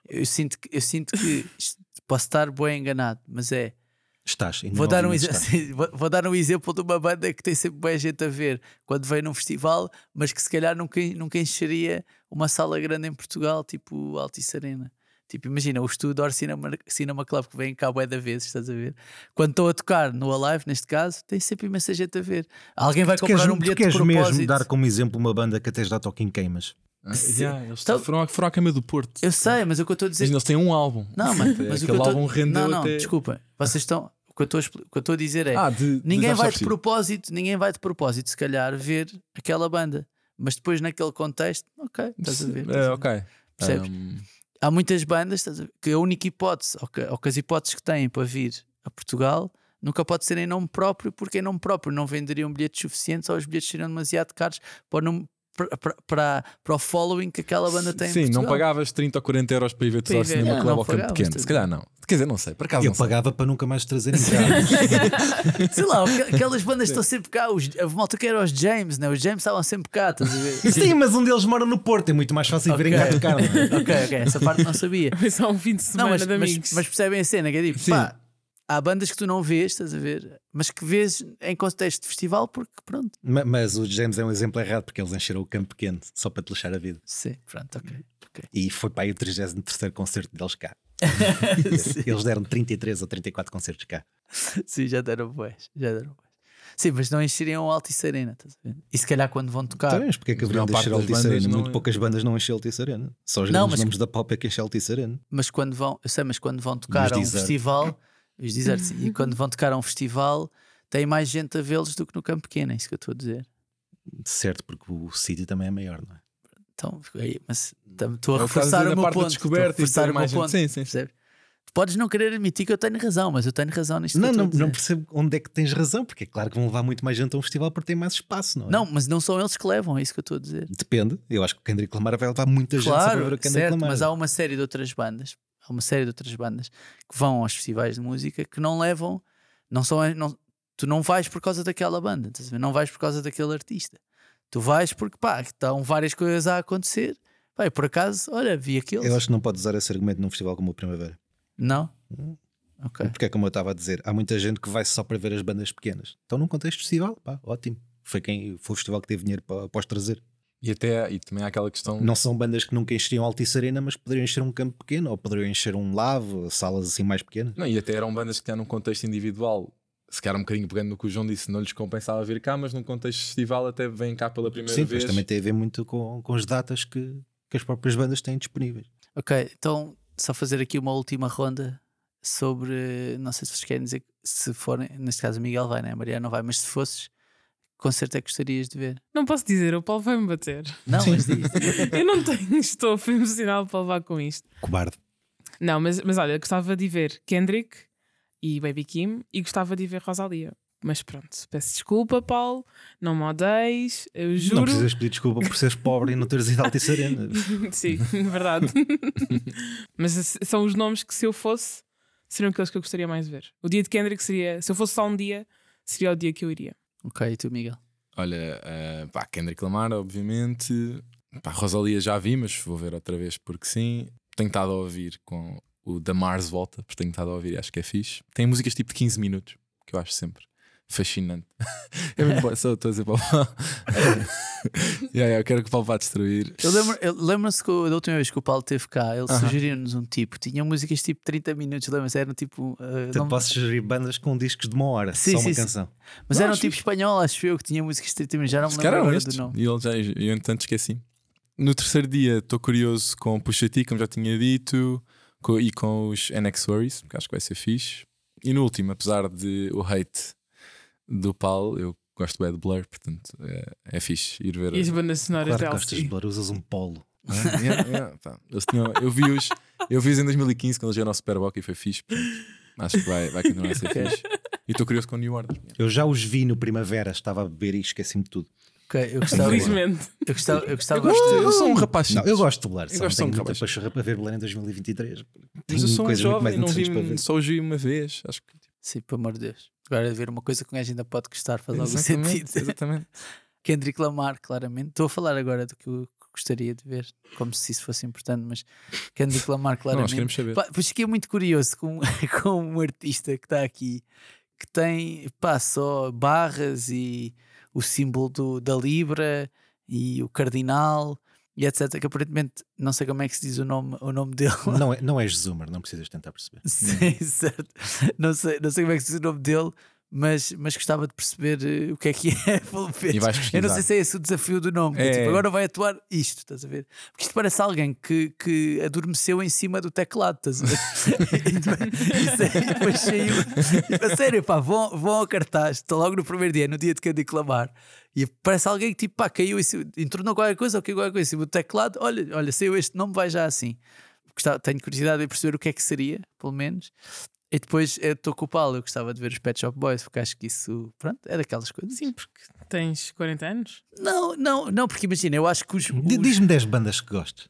eu sinto que, eu sinto que isto- posso estar bem enganado, mas é.
Estás. ainda
Vou
não
dar, um
ouvi, mas
exe-
estás.
[laughs] vou, vou dar um exemplo de uma banda que tem sempre bem gente a ver quando vem num festival, mas que se calhar nunca, nunca encheria uma sala grande em Portugal, tipo Altice Arena. Tipo, imagina, o Studor Cinema, Cinema Club que vem cá bué da vez, estás a ver? Quando estou a tocar no Alive, neste caso, tem sempre imensa gente a ver. Alguém vai
Tu
comprar
queres,
um
tu
bilhete
queres
de propósito.
mesmo dar como exemplo uma banda que até já toca em queimas?
Ah,
Sim.
yeah, eles
Então-
foram, à, foram à cama é do Porto.
Eu sei, mas o que eu estou a dizer
Imagina, eles têm um álbum. [laughs]
Não,
[laughs]
mas,
Até
mas o que
aquele
eu tô-
álbum rendeu
Não, não,
até-
desculpem. Vocês estão. O que eu estou a expli- o que eu estou a dizer é.
Ah, de- de
ninguém
Já
vai
Sabes
de
Sim.
propósito, ninguém vai de propósito, se calhar, ver aquela banda. Mas depois, naquele contexto, ok, estás a ver. estás
É,
a ver.
ok.
Percebes?
Um,
Há muitas bandas estás a ver, que a única hipótese, ou que, ou que as hipóteses que têm para vir a Portugal, nunca pode ser em nome próprio, porque em nome próprio não venderiam bilhetes suficientes ou os bilhetes seriam demasiado caros para, o número- para, para, para, para o following que aquela banda tem. em
Sim, não
Portugal.
pagavas 30 ou 40 euros para ir ver
Para ir
Tesouro
ver.
Cinema
Não,
Club
não
ao campo
pagavas,
pequeno.
estás
Se calhar não. Quer dizer, não sei. Por acaso
Eu
não sei.
pagava para nunca mais trazerem cartaz.
Sei lá, aqu- aquelas bandas estão sempre cá. Os, a malta que era os James, né? Os James estavam sempre cá, estás a ver?
[laughs] Sim, mas um deles mora no Porto, é muito mais fácil virem cá
Ok.
tocar. não é?
ok, ok, essa parte não sabia.
Foi só um fim de semana
Não, mas,
de
mas-
amigos.
mas percebem a cena, que é tipo,
Sim.
pá, há bandas que tu não vês, estás a ver? Mas que vês em contexto de festival, porque pronto.
[laughs] Ma- Mas o James é um exemplo errado porque eles encheram o campo pequeno só para te lixar a vida.
Sim, pronto, ok. [laughs]
E foi para aí o 33 concerto deles cá. Eles deram 33 ou 34 concertos cá.
Sim, já deram boés, já deram boés. Sim, mas não encheriam o Alto e Serena, estás a ver? E se calhar quando vão tocar.
Então, mas porque é
A
que haveriam de
maior
encher a
parte das
Altice
bandas
Arena?
não
Muito
é.
poucas bandas não enchem a Altice Arena. Só os
Não,
grandes
mas-
nomes da pop é que enchem a Altice Arena.
mas quando vão, eu sei, mas quando vão tocar
Os
a um
desertos.
festival, os desertos, sim, [laughs] e quando vão tocar a um festival, tem mais gente a vê-los do que no campo pequeno, é isso que eu estou a dizer.
Certo, porque o sítio também é maior, não é?
Então, aí, mas tam- estou a
É o que estás
reforçar
a dizer
o
na
meu ponto.
parte da
Estou a
descoberta e
reforçar
ter
o meu
mais gente.
ponto.
Sim, sim, sim.
percebes? Tu podes não querer admitir que eu tenho razão, mas eu tenho razão nisto. que
Não,
eu estou
não,
a dizer.
não percebo onde é que tens razão, porque é claro que vão levar muito mais gente a um festival porque tem mais espaço, não é?
Não, mas não são eles que levam, é isso que eu estou a dizer.
Depende, eu acho que o Kendrick Lamar vai levar muita
é
gente só para ver
Claro,
o Kendrick
certo,
Lamar.
mas há uma série de outras bandas, há uma série de outras bandas que vão aos festivais de música que não levam, não são, eh, não- tu não vais por causa daquela banda, estás a ver? não vais por causa daquele artista. Tu vais porque pá, estão várias coisas a acontecer. Pá, e por acaso, olha, vi aquilo.
Eu acho que não pode usar esse argumento num festival como o Primavera.
Não?
Hum.
Ok.
Porque é como eu estava a dizer, há muita gente que vai só para ver as bandas pequenas. Então, num contexto de festival, pá, ótimo. Foi, quem, foi o festival que teve dinheiro para, para os trazer.
E, até, e também há aquela questão.
Não são bandas que nunca encheriam Altice Arena, mas poderiam encher um campo pequeno, ou poderiam encher um lavo, salas assim mais pequenas.
Não, e até eram bandas que, num contexto individual, se calhar um bocadinho pegando no que o João disse, não lhes compensava vir cá, mas num contexto de festival até vêm cá pela primeira
Sim,
vez.
mas também tem a ver muito com, com as datas que, que as próprias bandas têm disponíveis.
Ok, então só fazer aqui uma última ronda sobre. Não sei se vocês querem dizer se forem. Neste caso, o Miguel vai, né? A Maria não vai, mas se fosses, que concerto é que gostarias de ver?
Não posso dizer, o Paulo vai-me bater.
Não, mas diz.
Eu não tenho [laughs] estofo emocional para levar com isto.
Cobarde.
Não, mas, mas olha, gostava de ver Kendrick e Baby Kim e gostava de ver Rosalia. Mas pronto, peço desculpa, Paulo, não me odeies, eu
Não
juro.
precisas pedir desculpa por seres pobre e não teres ido à Altice Arena.
[laughs] Sim, [laughs] na
[laughs]
verdade. mas s- são os nomes que se eu fosse, seriam aqueles que eu gostaria mais de ver. O dia de Kendrick seria, se eu fosse só um dia, seria o dia que eu iria.
ok, e tu, Miguel?
Olha, eh, pá, Kendrick Lamar, obviamente. Pá, Rosalia já vi, mas vou ver outra vez porque sim. Tenho estado a ouvir com o da Mars Volta, porque tenho estado a ouvir e acho que é fixe. Tem músicas tipo de 15 minutos, que eu acho sempre fascinante. [laughs] é muito bom, só estou a dizer para o Paulo. [laughs] É. yeah, yeah, eu quero que o Paulo vá destruir.
Eu lembro- eu- Lembram-se que o- da última vez que o Paulo esteve cá, ele
Aham.
sugeriu-nos um tipo, tinha músicas tipo 30 minutos, lembram-se? Eram tipo. ah,
Portanto,
não-
posso gerir bandas com discos de uma hora,
Sim,
só
sim,
uma
sim.
canção.
mas
Não,
era um
acho
tipo espanhol, acho eu, que tinha músicas de 30 minutos, já não me
Se
lembro
calhar eram
agora
estes.
do nome.
E ele já, eu entanto esqueci. No terceiro dia estou curioso com o Pusha T, como já tinha dito, co- e com os NX Worries, porque acho que vai ser fixe. E no último, apesar de o hate do Paulo, eu gosto bem de Blur, portanto é, é fixe ir ver.
E as bandas sonoras
Claro que
de
gostas de
Elsie.
blur, usas um polo.
Ah, yeah, yeah, pá. Eles tinham- eu vi-os eu vi em 2015 quando eles vieram ao Superbock e foi fixe. portanto, acho que vai, vai continuar a [laughs] ser fixe. E estou curioso com o New Order.
Eu já os vi no Primavera, estava a beber e esqueci-me de tudo.
Ok, eu gostava. eu
Felizmente.
gostava, eu gostava
[laughs] Eu, sou um rapaz
Não,
simples.
eu gosto de Blur,
gosto
só tenho
de um
muita
rapaz.
pachorra para ver Blur em 2023.
Mas eu
Tenho
sou um
coisas muito mais
jovem, não vi,
interessantes para ver.
só os vi uma vez. Acho que tipo,
Sim, pelo amor de Deus. Agora ver uma coisa que um gajo ainda pode gostar faz algum
é Exatamente,
sentido.
Exatamente.
Kendrick Lamar, claramente. Estou a falar agora do que eu gostaria de ver, como se isso fosse importante, mas Kendrick Lamar,
Não, nós
claramente.
queremos saber.
Pá, pois fiquei muito curioso com, [laughs] com um artista que está aqui que tem pá, só barras e o símbolo do- da Libra e o Cardinal e etc. Que aparentemente não sei como é que se diz o nome, o nome dele.
Hum.
Não, é, não és zoomer, não precisas tentar perceber.
[laughs] Sim, certo. Não sei, não sei como é que se diz o nome dele, mas, mas gostava de perceber eh, o que é que é, [laughs] pelo menos.
E vais
Eu não
pesquisar.
sei se é esse o desafio do nome. que é
É.
tipo, agora vai atuar isto, estás a ver? Porque isto parece alguém que, que adormeceu em cima do teclado, estás a
[laughs]
ver? Isso aí, e depois saiu. Tipo, A sério, pá, vão, vão ao cartaz, está logo no primeiro dia, no dia de que eu declamar. E parece alguém que tipo, pá, caiu em cima, entornou qualquer coisa ou caiu qualquer coisa em cima do teclado. Olha, olha, saiu este nome, vai já assim. Gostava- tenho curiosidade em perceber o que é que seria, pelo menos. E depois eu estou com o Paulo, eu gostava de ver os Pet Shop Boys, porque acho que isso, pronto, é daquelas coisas.
Sim, porque tens 40 anos.
Não, não, não, porque imagina, eu acho que os.
D-
os-
Diz-me 10 bandas que gostes.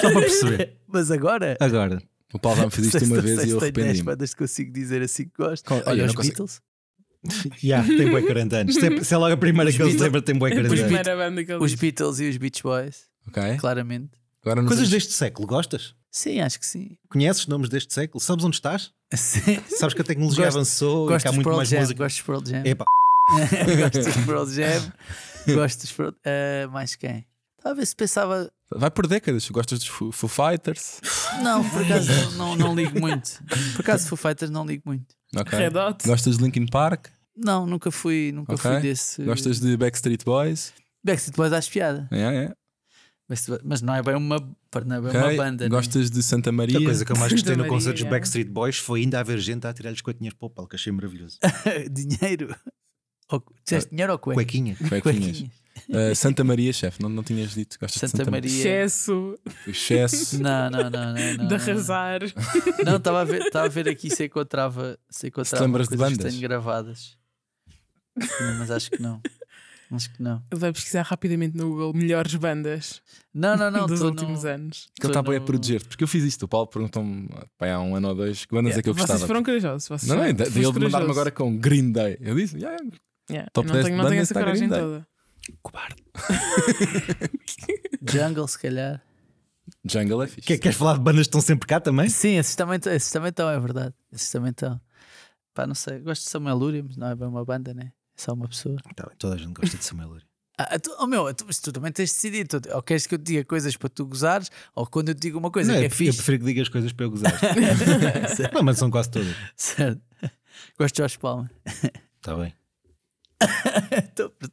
Só para perceber.
Mas agora.
Agora,
O Paulo já me fez isto
Não sei
uma
se- não
vez
sei
e
se
eu
tenho 10
arrependi-me.
bandas que consigo dizer assim que gosto.
Qual- Olha,
Olha,
eu
os
não consigo.
Beatles.
já, tem boi 40 anos. Se é, se é logo a primeira que eu
Beatles-
lembro, tem boi
A
40
Os
anos.
primeira banda que ele
Os
diz.
Beatles e os Beach Boys,
Ok?
claramente.
Agora não
Coisas
sei-
deste século, gostas?
Sim, acho que sim.
Conheces nomes deste século? Sabes onde estás?
Sim.
Sabes que a tecnologia
Gosto-
avançou e que
Gosto
há
dos
muito
Pearl
mais
Jam.
música.
Gosto dos Pearl Jam.
Epá,
gosto dos Pearl Jam. Gosto dos Pearl... ah, mais quem? Talvez se pensava...
Vai por décadas. Gostas dos Foo Foo Fighters?
Não, por acaso não, não, não ligo muito. Por acaso Foo Fighters não ligo muito.
Ok.
Red Hot.
Gostas de Linkin Park?
Não, nunca fui, nunca fui
Ok.
desse...
Gostas de Backstreet Boys?
Backstreet Boys às piada.
É, é.
Backstreet Boys- Mas não é bem uma, não é bem
Ok.
uma banda. não é?
Gostas de Santa Maria?
a coisa que eu mais gostei
Da
no concerto dos
Maria.
Backstreet Boys foi ainda haver gente a tirar-lhes coitinhas para o palco, achei maravilhoso.
né? [laughs] dinheiro. Ou, disseste dinheiro ou cueca?
Cuequinha.
Cuequinhas.
Cuequinhas.
Ah, Santa Maria, chefe. Não, não tinhas dito que gostas de
Santa
Santa Maria.
Maria.
Excesso
[laughs]
Excesso.
Não, não, não, não. não
de
Ah.
não, não.
arrasar.
Não, estava a ver, estava a ver aqui se encontrava, se encontrava
lembras de
coisas que
bandas?
tenho gravadas. Não, mas acho que não. Acho que não.
Ele vai pesquisar rapidamente no Google melhores bandas
Não, não, não.
[laughs] dos
tô
últimos
no-
anos.
Que ele está
tô
bem a
no-
proteger-te. Porque eu fiz isto. O Paulo perguntou-me pá, há um ano ou dois que bandas é que eu
vocês
gostava.
foram corajosos. Vocês
Não, não,
foram-
e de-
foste
de ele mandar-me
corajoso.
agora com Green Day. Eu disse, yeah,
Yeah,
Top
eu não
10
tenho, não tenho
bandas tá
essa
para
coragem
Green Day.
toda.
Cobarde.
Jungle, se calhar.
Jungle é fixe.
Que- Queres falar de bandas que estão sempre cá também?
Sim, esses também, t- esses também estão, é verdade. Esses também estão. Pá, não sei. Gosto de Samuel Luria, mas não é bem uma banda, né? É só uma pessoa.
Tá bem, toda a gente gosta de Samuel Lurie.
Ah, ah, tu, oh meu, tu, mas tu também tens de decidir. Tu, ou queres que eu te diga coisas para tu gozares, ou quando eu te digo uma coisa
Não,
que
eu
é
prefiro- eu
fixe. [laughs]
prefiro que digas coisas para eu gozar. não, mas são quase todas.
Certo. Gosto de Jorge Palma. Tá
Está bem.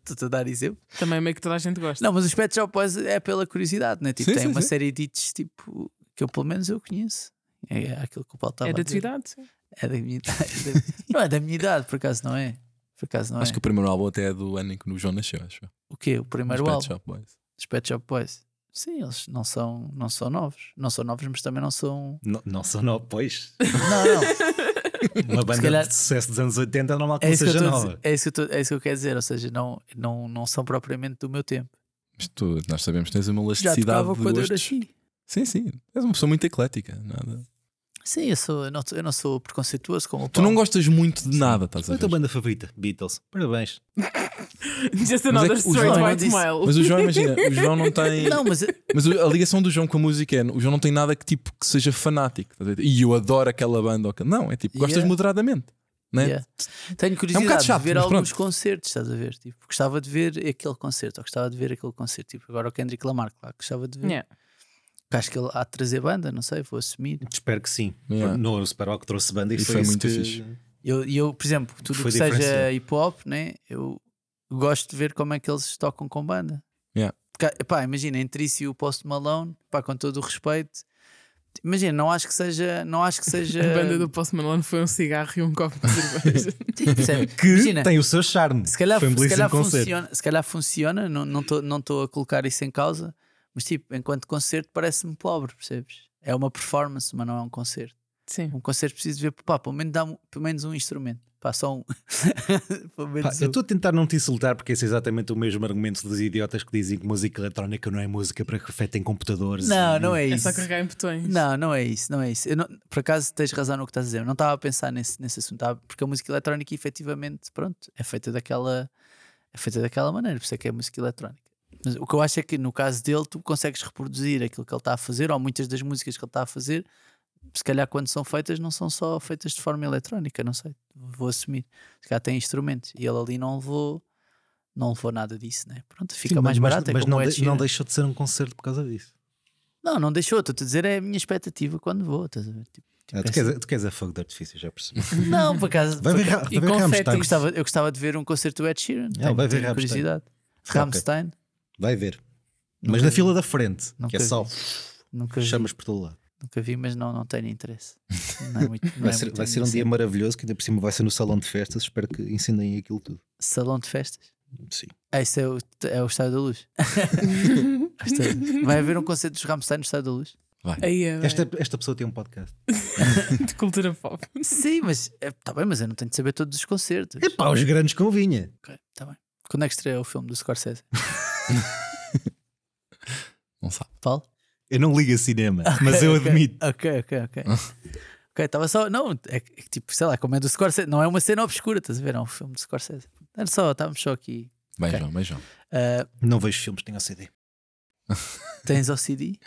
Estou a dar exemplo.
Também meio que toda a gente gosta.
Não, mas os Pet Shop Boys é pela curiosidade, né? Tipo,
Sim,
tem
sim,
uma
sim.
série de hits tipo, que eu pelo menos eu conheço. É aquilo que o Paulo estava
tá
a
é da tua
dizer.
idade. sim.
É da minha [laughs] idade. É da- não é da minha idade, por acaso não é? Por acaso não
Acho
é?
que o primeiro álbum até é do ano em que o João nasceu, acho. eu.
O quê? O primeiro
Dos Pet
álbum
Shop Boys.
dos Pet Shop Boys? Sim, eles não são, não são novos. Não são novos, mas também não são.
Não, não são novos, pois.
Não, não.
Uma banda
calhar-
de sucesso dos anos 80 é normal que
É
não
isso que, eu
seja
estou a
nova.
dizer- é, isso que eu estou- é isso que eu quero dizer. Ou seja, não, não, não são propriamente do meu tempo.
Mas tu, nós sabemos que tens uma
Já
elasticidade
tocava
de
quando eu
gostos.
nasci.
Sim, sim. És uma pessoa muito eclética. Nada.
Sim, eu, sou, eu, não, eu não sou preconceituoso como o
Tu não
Paulo.
gostas muito de nada, estás
Qual
a
é a tua
ver?
banda favorita? Beatles. Parabéns.
[laughs] Just another
é que o
straight
João-
white
disse-
male.
Mas o João, imagina, o
[laughs]
João não tem.
Não, mas
Mas a ligação do João com a música é: o João não tem nada que, tipo, que seja fanático. estás a ver? E eu adoro aquela banda. ou aquela- Não, é tipo, gostas
Yeah.
moderadamente. Né?
Yeah. Tenho curiosidade
chato,
de ver
mas
alguns
pronto.
concertos, estás a ver? Tipo, gostava de ver aquele concerto, ou gostava de ver aquele concerto. Tipo, agora o Kendrick Lamar, claro, gostava de ver.
Yeah.
Porque Acho que ele há de trazer banda, não sei, vou assumir.
Espero que sim.
Yeah.
No Super que trouxe banda e,
E
foi,
foi
isso
muito
que-
fixe.
Eu, e eu, por exemplo, tudo
Foi
que seja
diferencial.
hip hop, né? eu gosto de ver como é que eles tocam com banda.
Yeah.
Porque, pá, imagina, entre isso e o Post Malone, pá, com todo o respeito, Imagina, não acho que seja. Não acho
[laughs]
que seja.
A
Ah.
banda do Post Malone foi um cigarro e um copo de
[laughs]
cerveja.
[laughs] Sim, percebe?
[laughs] Que
Imagina,
tem o seu charme.
se calhar,
Foi um
se
belíssimo
calhar
concerto.
funciona, se calhar funciona, não estou não tô a colocar isso em causa, mas tipo, enquanto concerto parece-me pobre, percebes? É uma performance, mas não é um concerto.
Sim.
Um concerto preciso ver, pá, pelo menos, dá um- pelo menos um instrumento, pá, só um. [laughs] pelo
Pá,
menos
eu
um.
estou a tentar não te insultar porque esse é exatamente o mesmo argumento dos idiotas que dizem que música eletrónica não é música para que afetem computadores.
Não,
e-
não é
É
isso.
só carregar em botões.
Não, não é isso, não é isso. Eu não- por acaso tens razão no que estás a dizer. Eu Não estava a pensar nesse, nesse assunto, estava- porque a música eletrónica efetivamente, pronto, é feita daquela é feita daquela maneira, por isso é que é música eletrónica. Mas o que eu acho é que no caso dele tu consegues reproduzir aquilo que ele está a fazer, ou muitas das músicas que ele está a fazer, se calhar quando são feitas não são só feitas de forma eletrónica, não sei, vou assumir. Se calhar tem instrumentos e ele ali não levou não levou nada disso, né? Pronto, fica
Sim,
mais
mas,
barato. é
mas
como
não,
o Ed
de- não
Sheeran.
deixou de ser um concerto por causa disso.
Não, não deixou. Estou-te a dizer, é a minha expectativa quando vou. Estás a ver?
[laughs]
Tipo, tipo,
Ah, tu,
é
queres, tu queres a fogo de artifício, já
[laughs]
percebi.
assim. Não, por acaso.
Vai
por
ver,
acaso-
Ra- vai
E
ver
confetes.
eu,
Rammstein.
gostava, eu gostava de ver um concerto do Ed Sheeran.
Ah,
tenho,
vai ver
tenho
Rammstein. é.
curiosidade.
Ok.
Rammstein,
Vai ver.
Nunca
Mas na
vi.
fila da frente,
Nunca
que é
vi.
só
nunca vi,
chamas por todo lado.
nunca vi, mas não, não tenho interesse. Não
[laughs]
é muito, não
Vai
é
ser,
muito
vai
a
ser
minha
um dia
cena.
maravilhoso que ainda por cima vai ser no salão de festas. Espero que ensinem aquilo tudo.
Salão de festas.
Sim.
Ah, isso é o, é o Estado da
[laughs]
Luz. É o Estádio- Vai haver um concerto dos Rammstein no Estado da Luz?
Aí é, bem.
Esta, esta pessoa tem um podcast.
de cultura
[laughs]
pop.
Sim, mas está bem, mas eu não tenho de saber todos os concertos.
Epá, os grandes convinha.
Ok, tá bem. Quando é que estreia o filme do
[laughs]
Scorsese? [laughs]
Não sabe.
Paulo?
Eu não ligo a cinema, mas eu
[laughs] Ok,
admito.
Ok, ok, ok. ok, estava só. Não, é que é que, tipo, sei lá, como é do Scorsese. Não é uma cena obscura, estás a ver? É um filme do Scorsese. Era só, estávamos só aqui.
Bem,
Ok.
João, bem, João.
Ah,
Não vejo filmes, tenho a CD.
tens OCD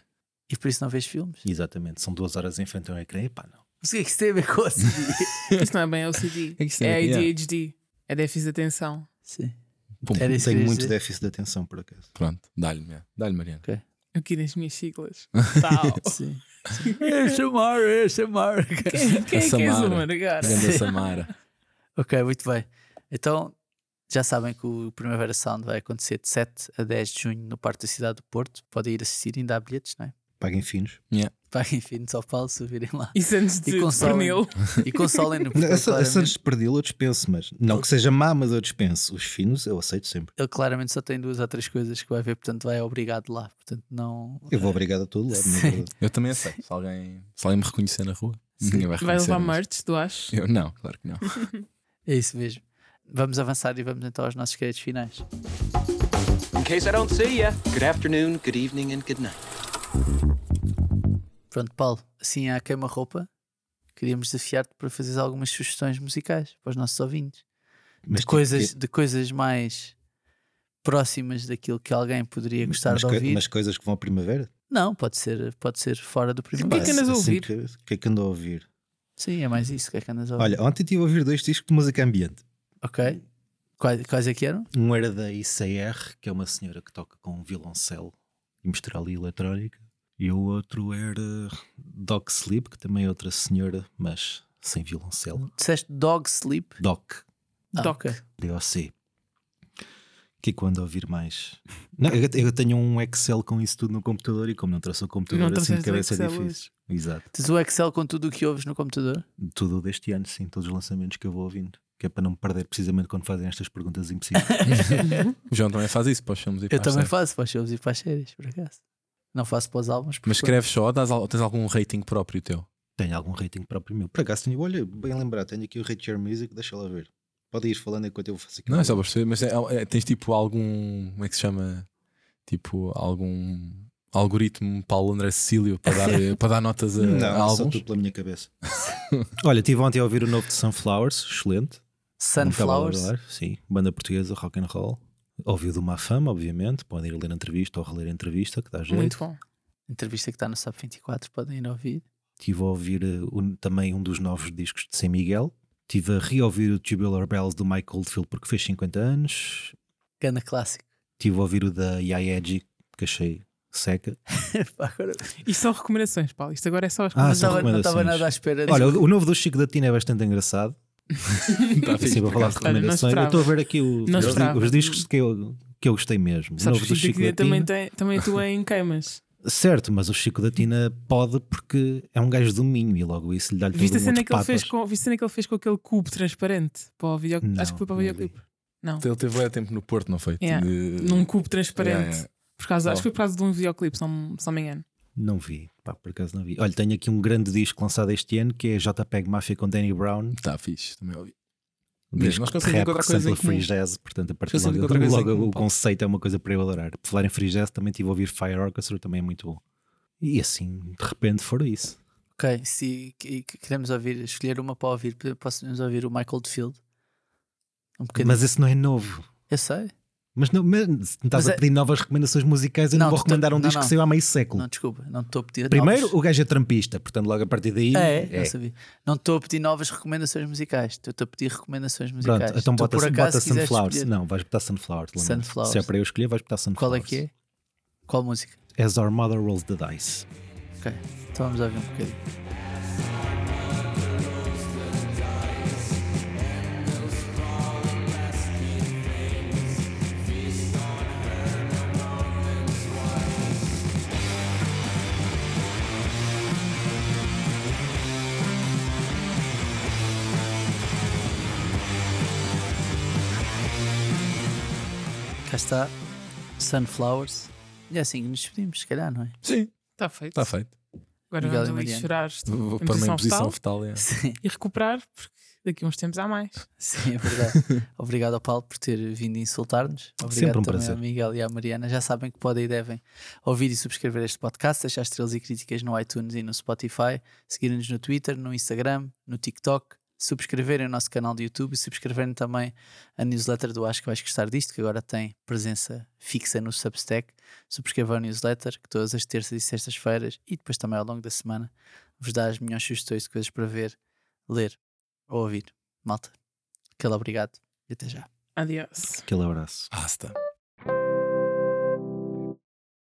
e por isso não vês filmes?
Exatamente, são duas horas em frente a um ecrã. Epá, não.
Mas o que é que isso tem a ver com OCD?
Isso não é bem LCD.
É que isso
É
é- yeah.
ADHD. É déficit de atenção.
Sim.
Pum,
Era isso que eu
tenho
ia
muito
dizer.
déficit de atenção, por acaso.
Pronto, dá-lhe, yeah. dá-lhe, Mariana.
Aqui nas minhas
[laughs]
siglas. Tal.
Sim. É Samara, é Samara.
Quem, quem é que és
Samara.
uma agora?
Grande Samara.
ok, muito bem. Então, já sabem que o Primavera Sound vai acontecer de 7 a 10 de junho no Parque da Cidade do Porto. Podem ir assistir, ainda há bilhetes, não é?
Paguem finos.
Paguem fim de São Paulo se virem lá.
Isso antes de
E consolem.
pernil.
E
[laughs]
consolem-no. porque
Não,
ele
Essa, essa
claramente-
antes de perdê-lo eu dispenso, mas não que seja má, mas eu dispenso. Os finos eu aceito sempre.
ele claramente só tem duas ou três coisas que vai ver, portanto vai obrigado lá. Portanto, não.
Eu vou obrigado a todo lado.
Sim.
na verdade.
Eu também aceito. Se alguém, se alguém me reconhecer na rua, ninguém vai
Vai
reconhecer.
levar
mas-
merch, tu achas?
Eu não, claro que não.
É isso mesmo. Vamos avançar e vamos então aos nossos créditos finais.
In case I don't see ya, good afternoon, good evening, and good night.
Pronto, Paulo, assim à queima-roupa, queríamos desafiar-te para fazeres algumas sugestões musicais para os nossos ouvintes.
Mas
De
tipo
coisas,
que-
de coisas mais próximas daquilo que alguém poderia gostar
mas,
de
coi-
ouvir.
mas coisas que vão à primavera?
Não, pode ser, pode ser fora do primeiro.
O que é que
Pá,
andas a
assim
ouvir?
que- O que é que ando a ouvir?
Sim, é mais isso. O que é que andas a ouvir?
Olha, ontem estive a ouvir dois discos de música ambiente.
Ok. Quais, quais é que eram?
Um era da ICR, que é uma senhora que toca com um violoncelo e mistura ali eletrónica. E o outro era Doc Sleep, que também é outra senhora, mas sem violoncelo.
Disseste Dog Sleep.
Doc,
Ah,
Doc.
ok.
DOC. Que é quando ouvir mais. Não, eu, eu tenho um Excel com isso tudo no computador e como não trouxe o computador,
Não
assim de
trouxeste
cabeça
o
é
Excel
difícil. Exato.
Tens o Excel com tudo o que ouves no computador?
Tudo deste ano, sim, todos os lançamentos que eu vou ouvindo. Que é para não me perder precisamente quando fazem estas perguntas
[laughs]
impossíveis.
O João também faz isso para os filmes e para
Eu
as
também
séries.
faço para os filmes e para as séries, por acaso. Não faço para os álbuns. porque-
Mas escreves só ou dás al- tens algum rating próprio teu?
Tenho algum rating próprio meu. Por acaso tenho, olha, bem lembrar, tenho aqui o Rate Your Music, deixa lá ver. Pode ir falando enquanto eu faço aqui.
Não,
um-
é só para perceber, mas é- é- tens tipo algum. Como é que se chama? Tipo, algum algoritmo Paulo André Cecílio para dar, para dar notas a,
Não,
a
é só
álbuns?
tudo pela
[laughs]
minha cabeça. olha, estive ontem a ouvir o novo de Sunflowers, excelente. Não estava a
Sunflowers.
lembrar, Sim, banda portuguesa, rock and roll. Ouvi o do Mafama, obviamente. Podem ir ler a entrevista ou reler a entrevista, que dá jeito.
Muito bom.
Entrevista que está no SAP 24, podem ir ouvir.
Estive a ouvir eh, um- também um dos novos discos de Sem Miguel. Estive a reouvir o Tubular Bells do Mike Oldfield porque fez 50 anos.
Ganda clássico. [laughs]
Estive a ouvir o da Yaeji, que achei seca.
Pá, Agora,
Isto são recomendações, Paulo. Isto agora é só as
Ah,
não
são
estava- não estava
recomendações.
nada à espera disso.
Olha, o, o novo do Chico da Tina é bastante engraçado.
Tá fixe,
Sim, vou
por
falar de
acaso.
Olha, não
recomendações. eu
esperava.
estou a ver aqui o-
Não
os, di-
esperava.
os discos que eu, que eu gostei mesmo. o
Sabes
novo
que
do
o Chico
Chico
Dia
da
também,
Tina.
tem, também atua em queimas.
Certo, mas o Chico da Tina pode porque é um gajo do Minho e logo isso lhe dá-lhe todo
Viste a
um
cena
outro
que ele fez
papas.
com, viste a cena que ele fez com aquele cubo transparente para o video...
Não,
Acho que foi para o
não
videoclipe. Não.
Ele teve bué tempo no Porto, não foi?
Yeah.
De-
Num cubo transparente.
Yeah, yeah.
Por causa, Acho
Oh.
que foi por causa de um videoclipe, se não, se não me engano.
Não vi, pá, por acaso não vi. Olha, tenho aqui um grande disco lançado este ano que é JPEG Mafia com Danny Brown.
Tá fixe, também ouvi.
Um
Mesmo,
disco
nós
de
conseguimos
rap
encontrar
que
coisas em
sampla free
comum.
jazz, portanto a partir
Conseguimos
logo,
encontrar coisas em
logo
comum,
o
pá.
conceito é uma coisa para eu adorar. Por falar em free jazz, também tive a ouvir Fire Orchestra, também é muito bom. E assim, de repente, fora isso.
Um Ok, se que- que- queremos ouvir, escolher uma para ouvir, possamos ouvir o Michael Field. Um bocadinho.
Mas esse não é novo.
eu sei.
Mas não, mas, se me estás
Mas
a
é-
pedir novas recomendações musicais, eu não,
Não,
vou
tu-
recomendar um
não,
disco
não.
que saiu há meio século.
Não, desculpa, não te estou a pedir.
Primeiro,
novas-
o gajo é trampista, portanto, logo a partir daí.
[laughs] É, não sabia. Não estou a pedir novas recomendações musicais. Estou a pedir recomendações musicais.
Pronto, então
é. Tu,
bota,
por acaso,
bota
se quiseres
Sunflowers.
escolher-
Não, vais botar Sunflowers. Leonardo.
Sunflowers.
Se é para eu escolher, vais botar
Qual é
Sunflowers.
que é? Qual música?
As Our Mother Rolls the Dice.
Ok, então vamos ouvir um bocadinho. Cá está Sunflowers. E é assim que nos despedimos, se calhar, não é?
Sim,
Está Tá feito.
está Tá feito.
Agora
Miguel e
vamos ali
Mariana.
chorar
Vou
Em
pôr-me em
posição
posição fetal. é.
Sim.
e recuperar, porque daqui a uns tempos há mais.
Sim, é verdade.
[laughs]
Obrigado ao Paulo por ter vindo insultar-nos. Obrigado
Sempre um
também
prazer.
ao Miguel e à Mariana. Já sabem que podem e devem ouvir e subscrever este podcast, deixar estrelas e críticas no iTunes e no Spotify, seguir-nos no Twitter, no Instagram, no TikTok, subscreverem o nosso canal do YouTube e subscreverem também a newsletter do Acho que vais gostar disto, que agora tem presença fixa no Substack. Subscrevam a newsletter, que todas as terças e sextas-feiras e depois também ao longo da semana vos dá as melhores sugestões de coisas para ver, ler ou ouvir. Malta. Aquele obrigado e até já.
Adiós.
Aquele abraço.
Basta.